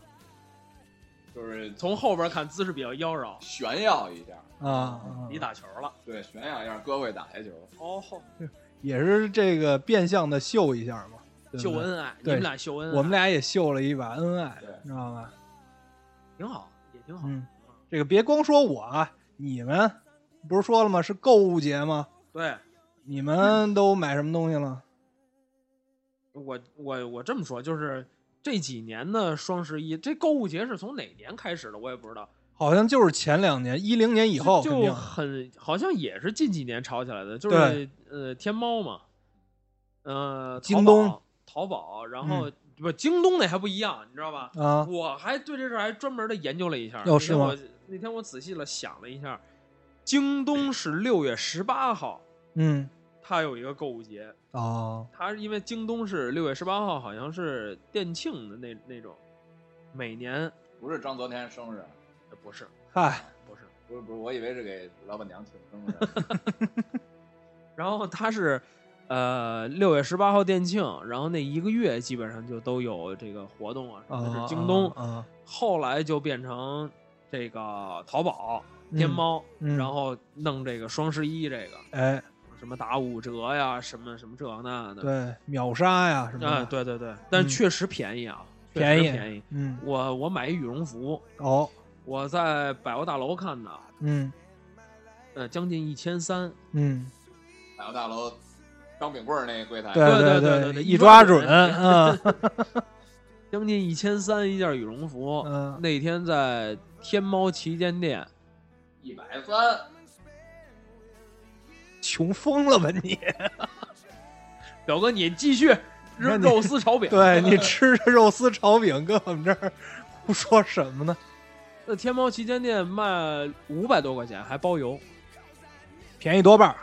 [SPEAKER 2] 就是
[SPEAKER 4] 从后边看姿势比较妖娆，
[SPEAKER 2] 炫耀一下，
[SPEAKER 1] 啊啊，
[SPEAKER 4] 你打球了
[SPEAKER 2] 对，炫耀一下哥会打台球。
[SPEAKER 4] 哦，
[SPEAKER 1] 也是这个变相的秀一下嘛，对不对
[SPEAKER 4] 秀恩爱，你
[SPEAKER 1] 对
[SPEAKER 4] 们俩秀恩爱，啊
[SPEAKER 1] 我们俩也秀了一把恩爱
[SPEAKER 2] 对，
[SPEAKER 1] 知道吧？
[SPEAKER 4] 挺好，也挺好。
[SPEAKER 1] 嗯，这个别光说我啊，你们不是说了吗？是购物节吗？
[SPEAKER 4] 对
[SPEAKER 1] 你们都买什么东西了？
[SPEAKER 4] 我我我这么说就是。这几年的双十一，这购物节是从哪年开始的？我也不知道。
[SPEAKER 1] 好像就是前两年，一零年以后肯
[SPEAKER 4] 就
[SPEAKER 1] 定
[SPEAKER 4] 很好像也是近几年炒起来的，就
[SPEAKER 1] 对
[SPEAKER 4] 是呃天猫嘛，呃
[SPEAKER 1] 京东、嗯
[SPEAKER 4] 淘宝淘宝，然后、不京东那还不一样，你知道吧？
[SPEAKER 1] 啊，
[SPEAKER 4] 我还对这事儿还专门的研究了一下。
[SPEAKER 1] 哦是吗
[SPEAKER 4] 那天我那天我仔细了想了一下，京东是六月十八号，
[SPEAKER 1] 嗯，
[SPEAKER 4] 它有一个购物节，
[SPEAKER 1] 哦，
[SPEAKER 4] 它是因为京东是六月十八号，好像是店庆的那那种，每年
[SPEAKER 2] 不是张昨天生日，
[SPEAKER 4] 呃不是
[SPEAKER 1] 嗨，
[SPEAKER 4] 不是，
[SPEAKER 2] 不是不是，我以为是给老板娘庆生日。
[SPEAKER 4] 然后它是呃，六月十八号店庆，然后那一个月基本上就都有这个活动啊，什么的
[SPEAKER 1] 啊，
[SPEAKER 4] 是京东，
[SPEAKER 1] 啊，
[SPEAKER 4] 后来就变成这个淘宝、天猫，
[SPEAKER 1] 嗯嗯
[SPEAKER 4] 然后弄这个双十一这个
[SPEAKER 1] 哎，
[SPEAKER 4] 什么打五折呀，什么什么这那的，
[SPEAKER 1] 对，秒杀呀什么
[SPEAKER 4] 啊，
[SPEAKER 1] 的，，
[SPEAKER 4] 对对对，但
[SPEAKER 1] 嗯
[SPEAKER 4] 确实便宜啊，确实
[SPEAKER 1] 便宜
[SPEAKER 4] 便宜。
[SPEAKER 1] 嗯，
[SPEAKER 4] 我我买一羽绒服，
[SPEAKER 1] 哦，
[SPEAKER 4] 我在百货大楼看的，
[SPEAKER 1] 嗯
[SPEAKER 4] 呃，将近一千三，
[SPEAKER 1] 嗯，
[SPEAKER 2] 百货大楼张炳贵儿那柜台，
[SPEAKER 1] 对
[SPEAKER 4] 哎对对
[SPEAKER 1] 对
[SPEAKER 4] 对对
[SPEAKER 1] 一抓准
[SPEAKER 4] 一
[SPEAKER 1] 啊，
[SPEAKER 4] 将近一千三一件羽绒服。
[SPEAKER 1] 嗯，
[SPEAKER 4] 哦那天在天猫旗舰店，
[SPEAKER 2] 一百三，
[SPEAKER 1] 穷疯了吧你？
[SPEAKER 4] 表哥你继续
[SPEAKER 1] 你
[SPEAKER 4] 肉
[SPEAKER 1] 看你
[SPEAKER 4] 肉丝炒饼，
[SPEAKER 1] 对你吃着肉丝炒饼跟我们这儿胡说什么呢？
[SPEAKER 4] 那天猫旗舰店卖五百多块钱还包邮，
[SPEAKER 1] 便宜多半儿，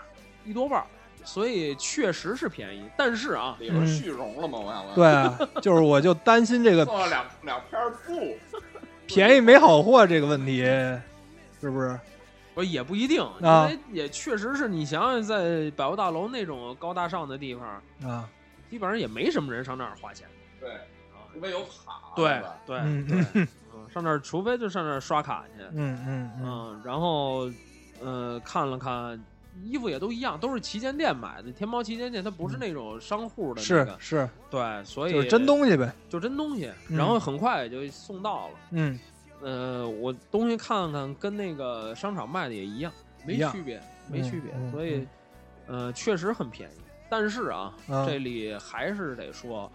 [SPEAKER 4] 一多半儿，所以确实是便宜。但是啊，
[SPEAKER 2] 里边
[SPEAKER 1] 嗯
[SPEAKER 2] 蓄绒了吗？我想问。
[SPEAKER 1] 对，啊，就是我就担心这 个
[SPEAKER 2] 送了两两片布，
[SPEAKER 1] 便宜没好货这个问题，是不是？
[SPEAKER 4] 我也不一定，因
[SPEAKER 1] 啊
[SPEAKER 4] 为也确实是你想想，在百货大楼那种高大上的地方，
[SPEAKER 1] 啊，
[SPEAKER 4] 基本上也没什么人上那儿花钱
[SPEAKER 2] 对，
[SPEAKER 4] 啊。
[SPEAKER 2] 除非有卡，
[SPEAKER 4] 对
[SPEAKER 2] 是吧
[SPEAKER 4] 对
[SPEAKER 1] 嗯
[SPEAKER 4] 对， 嗯上那儿除非就上那儿刷卡去，
[SPEAKER 1] 嗯嗯嗯，
[SPEAKER 4] 嗯，然后呃看了看。衣服也都一样，都是旗舰店买的。天猫旗舰店它不是那种商户的那
[SPEAKER 1] 嗯是
[SPEAKER 4] 个，
[SPEAKER 1] 是，
[SPEAKER 4] 对，所以
[SPEAKER 1] 就是真东西呗，
[SPEAKER 4] 就真东西，
[SPEAKER 1] 嗯
[SPEAKER 4] 然后很快也就送到了。
[SPEAKER 1] 嗯，
[SPEAKER 4] 呃，我东西看看跟那个商场卖的也一样，没
[SPEAKER 1] 一样
[SPEAKER 4] 区别，没区别，
[SPEAKER 1] 嗯嗯
[SPEAKER 4] 所以、呃确实很便宜。但是啊，
[SPEAKER 1] 啊
[SPEAKER 4] 这里还是得说，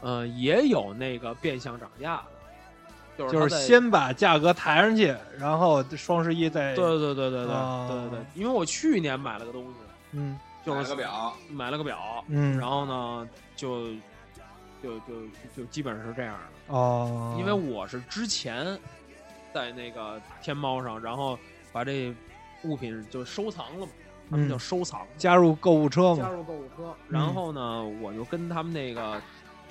[SPEAKER 4] 呃，也有那个变相涨价的，就是
[SPEAKER 1] 就
[SPEAKER 4] 它
[SPEAKER 1] 是
[SPEAKER 4] 在
[SPEAKER 1] 先把价格抬上去，然后双十一再
[SPEAKER 4] 对对对对对
[SPEAKER 1] 啊
[SPEAKER 4] 对对对，因为我去年买了个东西，
[SPEAKER 1] 嗯
[SPEAKER 4] 就
[SPEAKER 2] 买
[SPEAKER 4] 是
[SPEAKER 2] 个表，
[SPEAKER 4] 买了个表，
[SPEAKER 1] 嗯，
[SPEAKER 4] 然后呢就就就就基本上是这样的。
[SPEAKER 1] 哦，
[SPEAKER 4] 因为我是之前在那个天猫上，然后把这物品就收藏了嘛，他们
[SPEAKER 1] 嗯
[SPEAKER 4] 叫收藏，
[SPEAKER 1] 加入购物车
[SPEAKER 4] 加
[SPEAKER 1] 嘛，
[SPEAKER 4] 入购物车。然后呢，我就跟他们那个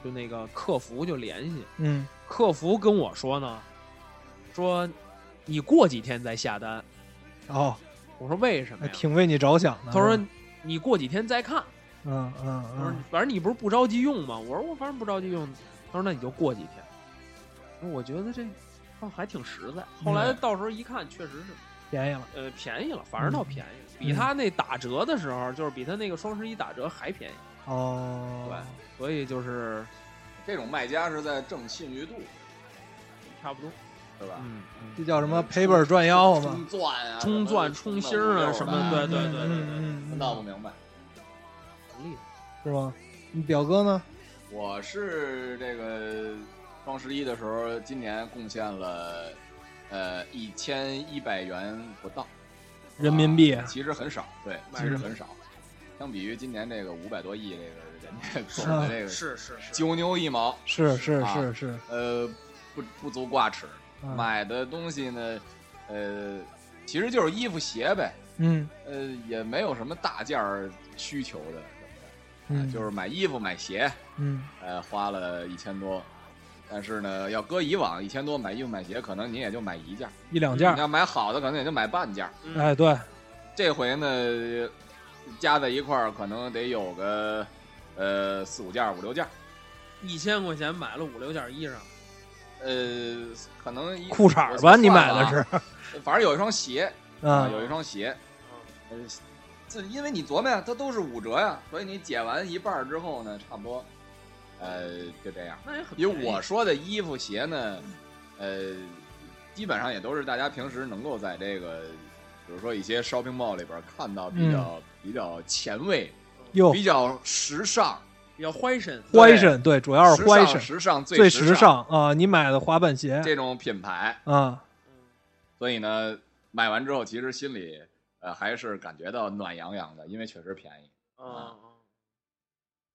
[SPEAKER 4] 就那个客服就联系，
[SPEAKER 1] 嗯
[SPEAKER 4] 客服跟我说呢，说你过几天再下单。
[SPEAKER 1] 哦，
[SPEAKER 4] 我说为什么
[SPEAKER 1] 还
[SPEAKER 4] 呀？
[SPEAKER 1] 挺为你着想的。
[SPEAKER 4] 他说你过几天再看。
[SPEAKER 1] 嗯嗯
[SPEAKER 4] 他说
[SPEAKER 1] 嗯，
[SPEAKER 4] 反正你不是不着急用吗？我说我反正不着急用。他说那你就过几天。我说我觉得这倒还挺实在。后来到时候一看，确实是。
[SPEAKER 1] 便宜了，
[SPEAKER 4] 呃，便宜了，反
[SPEAKER 1] 嗯
[SPEAKER 4] 而倒便宜了，比他那打折的时候，就是比他那个双十一打折还便宜，
[SPEAKER 1] 哦，
[SPEAKER 4] 对，所以就是
[SPEAKER 2] 这种卖家是在挣信誉度，
[SPEAKER 4] 差不多，
[SPEAKER 2] 对吧？
[SPEAKER 4] 嗯，
[SPEAKER 1] 这叫什么赔本赚吆喝嘛
[SPEAKER 2] 冲，钻啊，
[SPEAKER 4] 冲钻
[SPEAKER 2] 什么
[SPEAKER 4] 冲芯儿啊
[SPEAKER 2] 什
[SPEAKER 4] 什
[SPEAKER 2] 么
[SPEAKER 4] 么
[SPEAKER 2] 的
[SPEAKER 4] 对对对
[SPEAKER 1] 嗯
[SPEAKER 4] 对对
[SPEAKER 1] 嗯嗯
[SPEAKER 2] 闹不明白。
[SPEAKER 4] 很厉
[SPEAKER 1] 是吗？你表哥呢？
[SPEAKER 2] 我是这个双十一的时候，今年贡献了呃一千一百元不到
[SPEAKER 1] 人民币
[SPEAKER 2] 啊其实很少，对，其实很少。相比于今年这个五百多亿，这个人家总的这
[SPEAKER 4] 害，
[SPEAKER 2] 个
[SPEAKER 4] 是是是，
[SPEAKER 2] 九牛一毛，
[SPEAKER 1] 是是
[SPEAKER 2] 啊
[SPEAKER 1] 是是，
[SPEAKER 2] 呃，不不足挂齿。
[SPEAKER 1] 嗯
[SPEAKER 2] 买的东西呢，呃，其实就是衣服鞋呗，
[SPEAKER 1] 嗯
[SPEAKER 4] 哎
[SPEAKER 2] 呃，也没有什么大件儿需求的，啊
[SPEAKER 1] 嗯，
[SPEAKER 2] 就是买衣服买鞋，
[SPEAKER 1] 嗯
[SPEAKER 2] 呃，花了一千多。但是呢，要搁以往一千多买衣服买鞋，可能你也就买一件儿；
[SPEAKER 1] 一两件
[SPEAKER 2] 你
[SPEAKER 1] 儿，
[SPEAKER 2] 要买好的，可能也就买半件儿。
[SPEAKER 1] 哎对，
[SPEAKER 2] 这回呢，加在一块儿，可能得有个呃四五件儿、五六件儿。
[SPEAKER 4] 一千块钱买了五六件衣裳，
[SPEAKER 2] 呃，可能一
[SPEAKER 1] 裤衩儿吧，你买的，
[SPEAKER 2] 我算了
[SPEAKER 1] 是
[SPEAKER 2] 啊反正有一双鞋啊，
[SPEAKER 1] 啊
[SPEAKER 2] 有一双鞋，呃，这因为你琢磨呀，它都是五折呀，所以你减完一半儿之后呢，差不多，呃，就这样。
[SPEAKER 4] 那也很
[SPEAKER 2] 因
[SPEAKER 4] 便宜，
[SPEAKER 2] 为我说的衣服鞋呢，呃，基本上也都是大家平时能够在这个，比如说一些 shopping mall 里边儿看到比较、比较前卫、
[SPEAKER 1] 哟
[SPEAKER 2] 比较时尚、
[SPEAKER 4] 比较怀身，
[SPEAKER 2] 对
[SPEAKER 1] ，fashion 对，主要是
[SPEAKER 2] 时尚
[SPEAKER 1] fashion
[SPEAKER 2] 时尚最
[SPEAKER 1] 最
[SPEAKER 2] 时
[SPEAKER 1] 尚啊，你买的滑板鞋
[SPEAKER 2] 这种品牌，
[SPEAKER 1] 啊，
[SPEAKER 4] 嗯
[SPEAKER 2] 所以呢，买完之后其实心里呃还是感觉到暖洋洋的，因为确实便宜，
[SPEAKER 4] 嗯，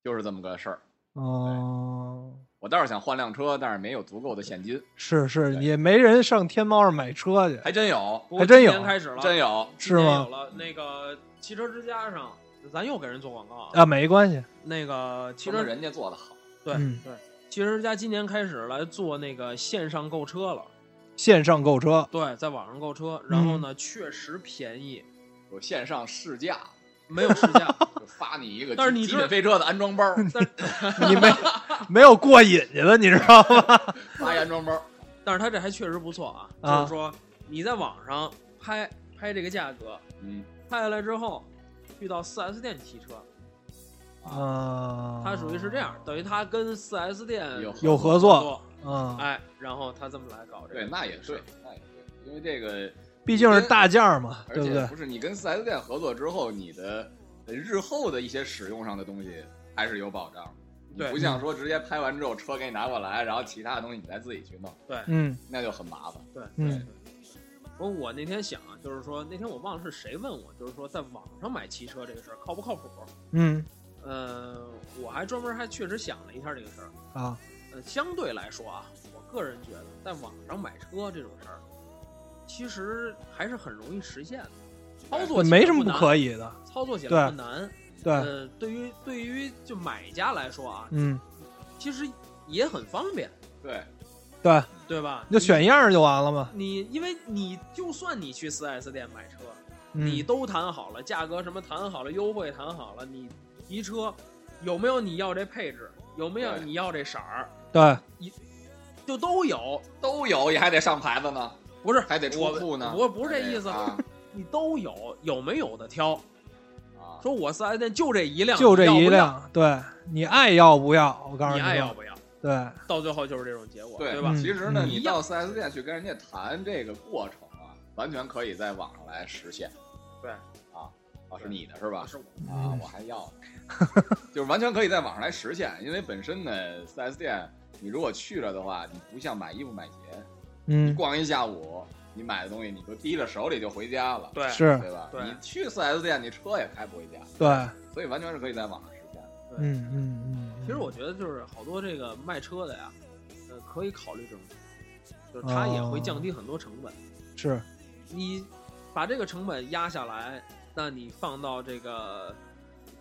[SPEAKER 2] 就是这么个事儿。
[SPEAKER 1] 哦，
[SPEAKER 2] 我倒是想换辆车，但是没有足够的现金，
[SPEAKER 1] 是是，
[SPEAKER 2] 对
[SPEAKER 1] 也没人上天猫上买车去，
[SPEAKER 2] 还真有，
[SPEAKER 4] 不
[SPEAKER 1] 还
[SPEAKER 4] 过
[SPEAKER 1] 真
[SPEAKER 4] 今
[SPEAKER 1] 有
[SPEAKER 4] 年开始了，
[SPEAKER 2] 真有，
[SPEAKER 4] 今年
[SPEAKER 1] 是吗
[SPEAKER 4] 有了那个汽车之家上，咱又给人做广告啊，
[SPEAKER 1] 啊，没关系，
[SPEAKER 4] 那个汽
[SPEAKER 2] 其
[SPEAKER 4] 车
[SPEAKER 2] 实人家做的好，
[SPEAKER 4] 对
[SPEAKER 1] 嗯
[SPEAKER 4] 对，汽车之家今年开始来做那个线上购车了，
[SPEAKER 1] 线上 购车嗯
[SPEAKER 4] 对，在网上购车，然后呢确实便宜，
[SPEAKER 2] 有线上试驾。
[SPEAKER 4] 没有试驾，
[SPEAKER 2] 就发你一个
[SPEAKER 4] 但是你
[SPEAKER 2] 极
[SPEAKER 4] 知道
[SPEAKER 2] 品飞车的安装包，
[SPEAKER 1] 你没没有过瘾去了，你知道吗？
[SPEAKER 2] 发一安装包，
[SPEAKER 4] 但是它这还确实不错啊，
[SPEAKER 1] 啊
[SPEAKER 4] 就是说你在网上拍拍这个价格，
[SPEAKER 2] 嗯，
[SPEAKER 4] 拍下来之后，去到 4S 店提车，
[SPEAKER 1] 啊，
[SPEAKER 4] 它属于是这样，等于它跟 4S 店
[SPEAKER 2] 有
[SPEAKER 1] 有合作，
[SPEAKER 4] 作，
[SPEAKER 1] 嗯，
[SPEAKER 4] 哎，然后它这么来搞这
[SPEAKER 2] 对，
[SPEAKER 4] 个，
[SPEAKER 2] 那也对，那也对，因为这个，
[SPEAKER 1] 毕竟是大件儿嘛，
[SPEAKER 2] 而
[SPEAKER 1] 对不
[SPEAKER 2] 且
[SPEAKER 1] 对？
[SPEAKER 2] 不是你跟四 S 店合作之后，你的呃日后的一些使用上的东西还是有保障的。你
[SPEAKER 4] 对
[SPEAKER 2] 不像说直接拍完之后车给你拿过来，然后其他的东西你再自己去弄，
[SPEAKER 1] 嗯
[SPEAKER 2] 那就很麻烦。
[SPEAKER 4] 对，
[SPEAKER 1] 嗯
[SPEAKER 4] 我我那天想啊，就是说那天我忘了是谁问我，就是说在网上买汽车这个事儿靠不靠谱？
[SPEAKER 1] 嗯
[SPEAKER 4] 呃，我还专门还确实想了一下这个事儿。
[SPEAKER 1] 啊，
[SPEAKER 4] 呃，相对来说啊，我个人觉得在网上买车这种事儿，其实还是很容易实现的，操作起来
[SPEAKER 1] 没什么
[SPEAKER 4] 不
[SPEAKER 1] 不
[SPEAKER 4] 难
[SPEAKER 1] 可以的，
[SPEAKER 4] 操作起来不难。
[SPEAKER 1] 对，
[SPEAKER 4] 呃，对于对于就买家来说啊，
[SPEAKER 1] 嗯，
[SPEAKER 4] 其实也很方便，
[SPEAKER 2] 对，
[SPEAKER 1] 对，
[SPEAKER 4] 对吧？
[SPEAKER 1] 你就选
[SPEAKER 4] 你
[SPEAKER 1] 一样儿就完了嘛。
[SPEAKER 4] 你，因为你就算你去 4S 店买车，
[SPEAKER 1] 嗯
[SPEAKER 4] 你都谈好了，价格什么谈好了，优惠谈好了，你提车有没有你要这配置，有没有
[SPEAKER 2] 对
[SPEAKER 4] 你要这色儿，
[SPEAKER 1] 对，
[SPEAKER 4] 就都有。
[SPEAKER 2] 都有也还得上牌子呢，
[SPEAKER 4] 不是，
[SPEAKER 2] 还得出
[SPEAKER 4] 我
[SPEAKER 2] 库呢
[SPEAKER 4] 我不是这意思，
[SPEAKER 2] 啊
[SPEAKER 4] 你都有，有没有的挑？
[SPEAKER 2] 啊，
[SPEAKER 4] 说我4 S 店就这一辆，
[SPEAKER 1] 就这
[SPEAKER 4] 你要不
[SPEAKER 1] 一
[SPEAKER 4] 要，
[SPEAKER 1] 辆，对你爱要不要？我告诉
[SPEAKER 4] 你
[SPEAKER 1] 吧
[SPEAKER 4] 爱要不要？
[SPEAKER 1] 对，
[SPEAKER 4] 到最后就是这种结果，
[SPEAKER 2] 对
[SPEAKER 4] 吧？
[SPEAKER 2] 其实呢，
[SPEAKER 1] 嗯
[SPEAKER 2] 你到四 S 店去跟人家谈这个过程啊，完全可以在网上来实现。
[SPEAKER 4] 对
[SPEAKER 2] 啊，啊是你的是吧
[SPEAKER 4] 不？是我
[SPEAKER 1] 嗯
[SPEAKER 2] 啊，我还要， 就是完全可以在网上来实现，因为本身呢，四 S 店你如果去了的话，你不像买衣服买鞋，
[SPEAKER 1] 嗯，
[SPEAKER 2] 逛一下午，你买的东西你就提着手里就回家了，
[SPEAKER 4] 对
[SPEAKER 1] 是
[SPEAKER 2] 对吧？
[SPEAKER 4] 对
[SPEAKER 2] 你去四 S 店，你车也开不回家，
[SPEAKER 1] 对，
[SPEAKER 2] 所以完全是可以在网上实现的。
[SPEAKER 1] 嗯嗯嗯。
[SPEAKER 4] 其实我觉得就是好多这个卖车的呀，呃，可以考虑这种，就是它也会降低很多成本。
[SPEAKER 1] 哦是
[SPEAKER 4] 你把这个成本压下来，那你放到这个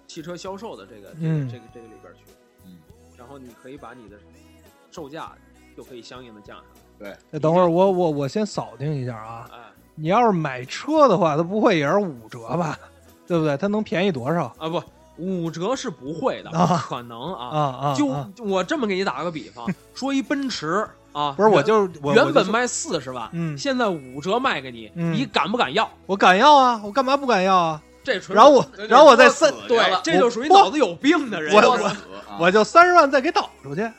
[SPEAKER 4] 汽车销售的这个这个、
[SPEAKER 1] 嗯
[SPEAKER 4] 这个这个里边去，
[SPEAKER 2] 嗯，
[SPEAKER 4] 然后你可以把你的售价就可以相应的降
[SPEAKER 2] 啊
[SPEAKER 4] 下
[SPEAKER 1] 那等会儿我我我先扫听一下啊，
[SPEAKER 4] 来。哎
[SPEAKER 1] 你要是买车的话，它不会也是五折吧？对不对？它能便宜多少
[SPEAKER 4] 啊，不，五折是不会的，
[SPEAKER 1] 啊
[SPEAKER 4] 可能啊。
[SPEAKER 1] 啊啊？
[SPEAKER 4] 就
[SPEAKER 1] 啊
[SPEAKER 4] 我这么给你打个比方，说一奔驰啊，
[SPEAKER 1] 不是我
[SPEAKER 4] 原
[SPEAKER 1] 就是我
[SPEAKER 4] 原本
[SPEAKER 1] 我就说
[SPEAKER 4] 卖四十万，
[SPEAKER 1] 嗯
[SPEAKER 4] 现在五折卖给你，
[SPEAKER 1] 嗯
[SPEAKER 4] 你敢不敢要？
[SPEAKER 1] 我敢要啊，我干嘛不敢要啊？
[SPEAKER 4] 这纯属
[SPEAKER 1] 然后我
[SPEAKER 2] 这就
[SPEAKER 1] 然后我再
[SPEAKER 2] 多死
[SPEAKER 1] 三，
[SPEAKER 2] 去
[SPEAKER 4] 对
[SPEAKER 2] 了，
[SPEAKER 4] 这就属于
[SPEAKER 1] 不
[SPEAKER 4] 脑子有病的人。
[SPEAKER 1] 我
[SPEAKER 2] 多
[SPEAKER 4] 就是
[SPEAKER 2] 死啊
[SPEAKER 1] 我就三十万再给倒出去，
[SPEAKER 2] 啊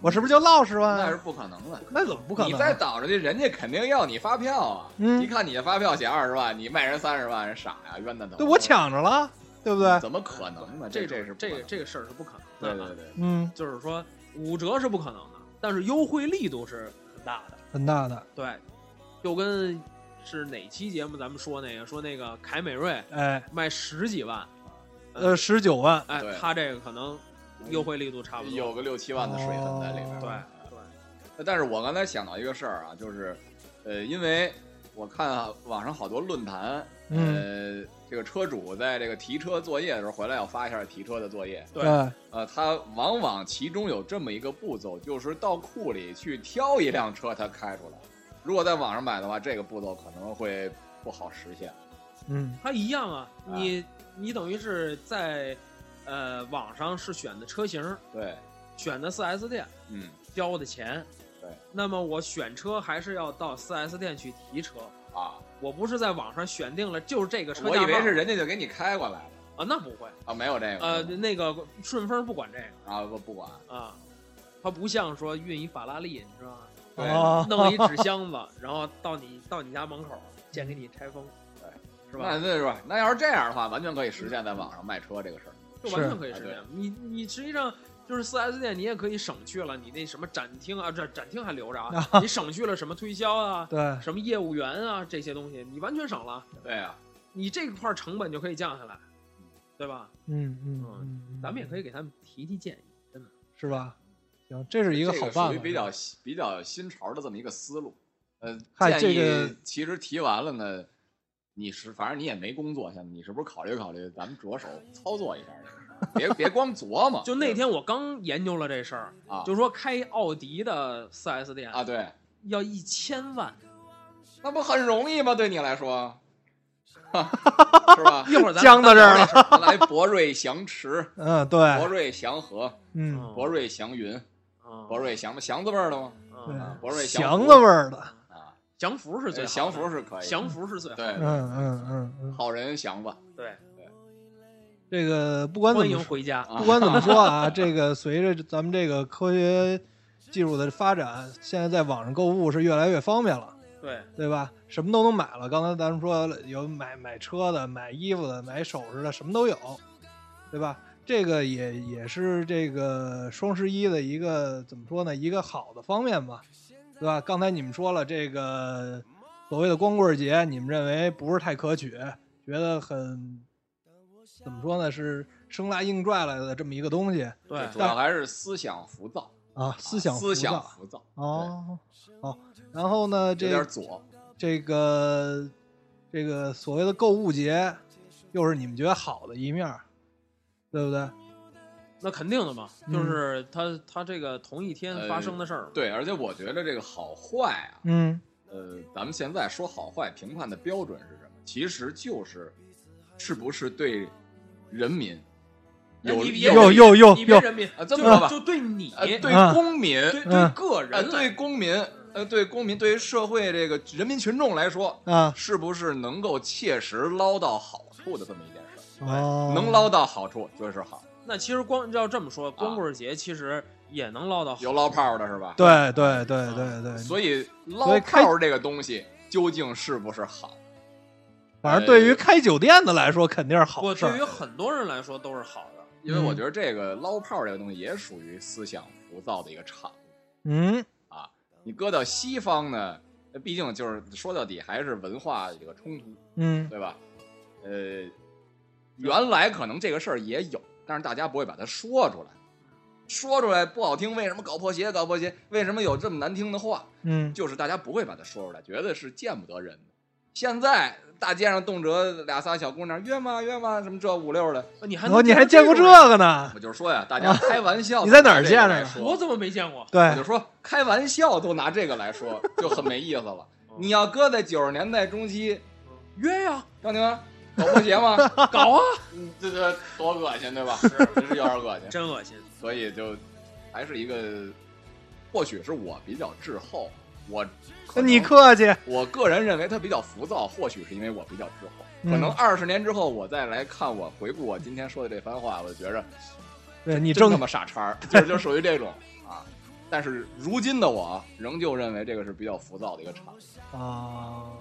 [SPEAKER 1] 我是不是就落十万
[SPEAKER 2] 那是
[SPEAKER 1] 啊？
[SPEAKER 2] 不可能的。
[SPEAKER 1] 那怎么不可
[SPEAKER 2] 你
[SPEAKER 1] 能
[SPEAKER 2] 再
[SPEAKER 1] 啊？
[SPEAKER 2] 倒着去，人家肯定要你发票啊！
[SPEAKER 1] 嗯
[SPEAKER 2] 一看你的发票写二十万，你卖人三十万，人傻呀，冤的
[SPEAKER 1] 对，
[SPEAKER 2] 疼。
[SPEAKER 1] 我抢着了，对不对？
[SPEAKER 2] 怎么可能呢？
[SPEAKER 4] 这
[SPEAKER 2] 这
[SPEAKER 4] 种
[SPEAKER 2] 是
[SPEAKER 4] 这个
[SPEAKER 2] 这
[SPEAKER 4] 这个事儿是不可能
[SPEAKER 2] 对
[SPEAKER 4] 的啊。
[SPEAKER 2] 对对，
[SPEAKER 1] 嗯，
[SPEAKER 4] 就是说五折是不可能的，但是优惠力度是很大的。
[SPEAKER 1] 很大的，
[SPEAKER 4] 对，就跟是哪期节目咱们说那个说那个凯美瑞
[SPEAKER 1] 哎，
[SPEAKER 4] 卖十几万，
[SPEAKER 1] 呃，十九万，
[SPEAKER 4] 哎
[SPEAKER 2] 对，
[SPEAKER 4] 它这个可能优惠力度差不多。
[SPEAKER 2] 有个六七万的水分在里边。
[SPEAKER 1] 哦
[SPEAKER 4] 对对，
[SPEAKER 2] 但是我刚才想到一个事儿啊，就是，呃，因为我看啊网上好多论坛，
[SPEAKER 1] 嗯
[SPEAKER 2] 呃，这个车主在这个提车作业的时候回来要发一下提车的作业，
[SPEAKER 4] 对
[SPEAKER 1] 对
[SPEAKER 2] 呃，他往往其中有这么一个步骤，就是到库里去挑一辆车，他开出来。如果在网上买的话，这个步骤可能会不好实现。
[SPEAKER 1] 嗯
[SPEAKER 4] 它一样啊，
[SPEAKER 2] 啊
[SPEAKER 4] 你你等于是在呃网上是选的车型，
[SPEAKER 2] 对，
[SPEAKER 4] 选的 4S 店
[SPEAKER 2] 嗯，
[SPEAKER 4] 交的钱，
[SPEAKER 2] 对。
[SPEAKER 4] 那么我选车还是要到 4S 店去提车，
[SPEAKER 2] 啊，
[SPEAKER 4] 我不是在网上选定了就是这个车
[SPEAKER 2] 我
[SPEAKER 4] 价
[SPEAKER 2] 以为
[SPEAKER 4] 号
[SPEAKER 2] 是人家就给你开过来了
[SPEAKER 4] 啊，那不会，
[SPEAKER 2] 啊，没有这个。
[SPEAKER 4] 呃，那个顺丰不管这个
[SPEAKER 2] 啊，不不管，
[SPEAKER 4] 啊，它不像说运一法拉利，你知道吗？
[SPEAKER 2] 对，
[SPEAKER 1] 哦
[SPEAKER 4] 弄一纸箱子，然后到你到你家门口，先给你拆封，
[SPEAKER 2] 对，
[SPEAKER 4] 是
[SPEAKER 2] 那
[SPEAKER 4] 吧？
[SPEAKER 2] 那是吧？那要是这样的话，完全可以实现在网上卖车这个事儿。
[SPEAKER 4] 就完全
[SPEAKER 1] 是
[SPEAKER 4] 可以实
[SPEAKER 2] 啊
[SPEAKER 4] 现。你你实际上就是4 S 店，你也可以省去了你那什么展厅啊，这展厅还留着啊，你省去了什么推销啊、
[SPEAKER 1] 对，
[SPEAKER 4] 什么业务员啊这些东西，你完全省了，
[SPEAKER 2] 对啊，
[SPEAKER 4] 你这块儿成本就可以降下来，对吧？
[SPEAKER 1] 嗯嗯嗯，
[SPEAKER 4] 咱们也可
[SPEAKER 1] 以
[SPEAKER 4] 以给他们提提建议。
[SPEAKER 1] 是吧？行，这是一
[SPEAKER 2] 这
[SPEAKER 1] 好办
[SPEAKER 2] 属于
[SPEAKER 1] 法，
[SPEAKER 2] 比较新比较新潮的这么一个思路。呃，
[SPEAKER 1] 嗨
[SPEAKER 2] 建
[SPEAKER 1] 这个
[SPEAKER 2] 议其实提完了呢，你是反正你也没工作，现在你是不是考虑考虑，咱们着手操作一下这个事儿，别别光琢磨。
[SPEAKER 4] 就那天我刚研究了这事儿，
[SPEAKER 2] 啊
[SPEAKER 4] 就说开奥迪的 4S 店
[SPEAKER 2] 啊，对，
[SPEAKER 4] 要一千万，
[SPEAKER 2] 那不很容易吗？对你来说， 是吧？
[SPEAKER 4] 一会儿咱
[SPEAKER 1] 僵到这儿了
[SPEAKER 4] 了。
[SPEAKER 2] 咱 来博瑞祥池、
[SPEAKER 1] 嗯，对，
[SPEAKER 2] 博瑞祥和、
[SPEAKER 1] 嗯，
[SPEAKER 2] 博瑞祥云、
[SPEAKER 4] 嗯，
[SPEAKER 2] 博瑞祥祥子味儿的吗？
[SPEAKER 1] 对
[SPEAKER 4] 嗯，，
[SPEAKER 2] 啊博瑞
[SPEAKER 1] 祥
[SPEAKER 2] 服
[SPEAKER 1] 子味儿的，
[SPEAKER 2] 啊，
[SPEAKER 4] 降服是最好的
[SPEAKER 2] 祥符，是可以，
[SPEAKER 4] 降服是最好的。
[SPEAKER 2] 哎对
[SPEAKER 1] 嗯，嗯嗯嗯，
[SPEAKER 2] 好人祥子
[SPEAKER 4] 对，
[SPEAKER 1] 这个不管怎
[SPEAKER 4] 欢
[SPEAKER 1] 么
[SPEAKER 4] 迎
[SPEAKER 1] 说
[SPEAKER 4] 回家。
[SPEAKER 2] 啊
[SPEAKER 1] 不，管怎么说啊，这个随着咱们这个科学技术的发展，现在在网上购物是越来越方便了，
[SPEAKER 4] 对，
[SPEAKER 1] 对吧？什么都能买了。刚才咱们说了有买买车的、买衣服的、买首饰的，什么都有，对吧？这个也也是这个双十一的一个怎么说呢？一个好的方面吧，对吧？刚才你们说了，这个所谓的光棍节，你们认为不是太可取，觉得很怎么说呢？是生拉硬拽来的这么一个东西
[SPEAKER 4] 对，
[SPEAKER 2] 主要还是思想浮躁，
[SPEAKER 1] 啊，思想浮
[SPEAKER 2] 思想
[SPEAKER 1] 躁
[SPEAKER 2] 浮躁，
[SPEAKER 1] 哦哦。然后呢，
[SPEAKER 2] 有点
[SPEAKER 1] 这
[SPEAKER 2] 左，
[SPEAKER 1] 这个这个所谓的购物节，又是你们觉得好的一面儿，对不对？
[SPEAKER 4] 那肯定的嘛，
[SPEAKER 1] 嗯
[SPEAKER 4] 就是他他这个同一天发生的事儿嘛。
[SPEAKER 2] 呃对，而且我觉得这个好坏啊，
[SPEAKER 1] 嗯
[SPEAKER 2] 呃，咱们现在说好坏评判的标准是什么？其实就是是不是对人民
[SPEAKER 4] 那
[SPEAKER 2] 有
[SPEAKER 4] 你别
[SPEAKER 1] 又
[SPEAKER 2] 有
[SPEAKER 1] 又又
[SPEAKER 4] 你别
[SPEAKER 1] 又
[SPEAKER 4] 人民
[SPEAKER 2] 啊这么说吧
[SPEAKER 4] 就就对你，
[SPEAKER 2] 呃对
[SPEAKER 1] 啊
[SPEAKER 2] 公民、
[SPEAKER 4] 对
[SPEAKER 1] 啊
[SPEAKER 4] 对个
[SPEAKER 2] 呃
[SPEAKER 4] 人来
[SPEAKER 2] 对公民呃对公民对于社会这个人民群众来说，
[SPEAKER 1] 啊
[SPEAKER 2] 是不是能够切实捞到好处的这么一件事儿？
[SPEAKER 1] 哦，
[SPEAKER 2] 哎能捞到好处就是好，
[SPEAKER 4] 那其实光要这么说，光棍节其实也能捞到好
[SPEAKER 2] 啊有捞炮的是吧？
[SPEAKER 1] 对对对对对，
[SPEAKER 2] 所以
[SPEAKER 1] 所
[SPEAKER 2] 捞
[SPEAKER 1] 以开
[SPEAKER 2] 炮这个东西究竟是不是好？
[SPEAKER 1] 反正对于开酒店的来说，肯定是好
[SPEAKER 4] 不，
[SPEAKER 1] 事
[SPEAKER 4] 对于
[SPEAKER 1] 儿。
[SPEAKER 4] 很多人来说都是好的。
[SPEAKER 2] 因为
[SPEAKER 1] 嗯
[SPEAKER 2] 我觉得这个捞炮这个东西也属于思想浮躁的一个产物。
[SPEAKER 1] 嗯
[SPEAKER 2] 你搁到西方呢，那毕竟就是说到底还是文化这个冲突，
[SPEAKER 1] 嗯
[SPEAKER 2] 对吧？呃，原来可能这个事儿也有，但是大家不会把它说出来，说出来不好听，为什么搞破鞋？搞破鞋？为什么有这么难听的话？
[SPEAKER 1] 嗯，
[SPEAKER 2] 就是大家不会把它说出来，觉得是见不得人的。现在大街上动辄俩仨小姑娘约吗约吗什么这五六的，
[SPEAKER 4] 啊你还
[SPEAKER 1] 然
[SPEAKER 4] 能
[SPEAKER 1] 后哦你还见过这
[SPEAKER 4] 种
[SPEAKER 1] 个呢？
[SPEAKER 2] 我就说呀，大家开玩笑
[SPEAKER 1] 你在哪儿见着的？
[SPEAKER 2] 的
[SPEAKER 4] 人？我怎么没见过？
[SPEAKER 2] 我
[SPEAKER 1] 对
[SPEAKER 2] 就，说开玩笑都拿这个来说，就很没意思 了。你要搁在九十年代中期，
[SPEAKER 4] 约呀，
[SPEAKER 2] 张宁搞破鞋吗？
[SPEAKER 4] 搞啊！
[SPEAKER 2] 嗯这这多恶心，对吧？真是有点恶心。
[SPEAKER 4] 真恶心。
[SPEAKER 2] 所以就还是一个，或许是我比较滞后，我可
[SPEAKER 1] 那
[SPEAKER 2] 能
[SPEAKER 1] 你客气。
[SPEAKER 2] 我个人认为他比较浮躁，或许是因为我比较滞后。可能
[SPEAKER 1] 嗯
[SPEAKER 2] 二十年之后，我再来看我回顾我今天说的这番话，我就觉着
[SPEAKER 1] 对你
[SPEAKER 2] 真
[SPEAKER 1] 正
[SPEAKER 2] 他妈傻叉儿，就是就属于这种啊。但是如今的我啊仍旧认为这个是比较浮躁的一个产物。
[SPEAKER 1] 啊，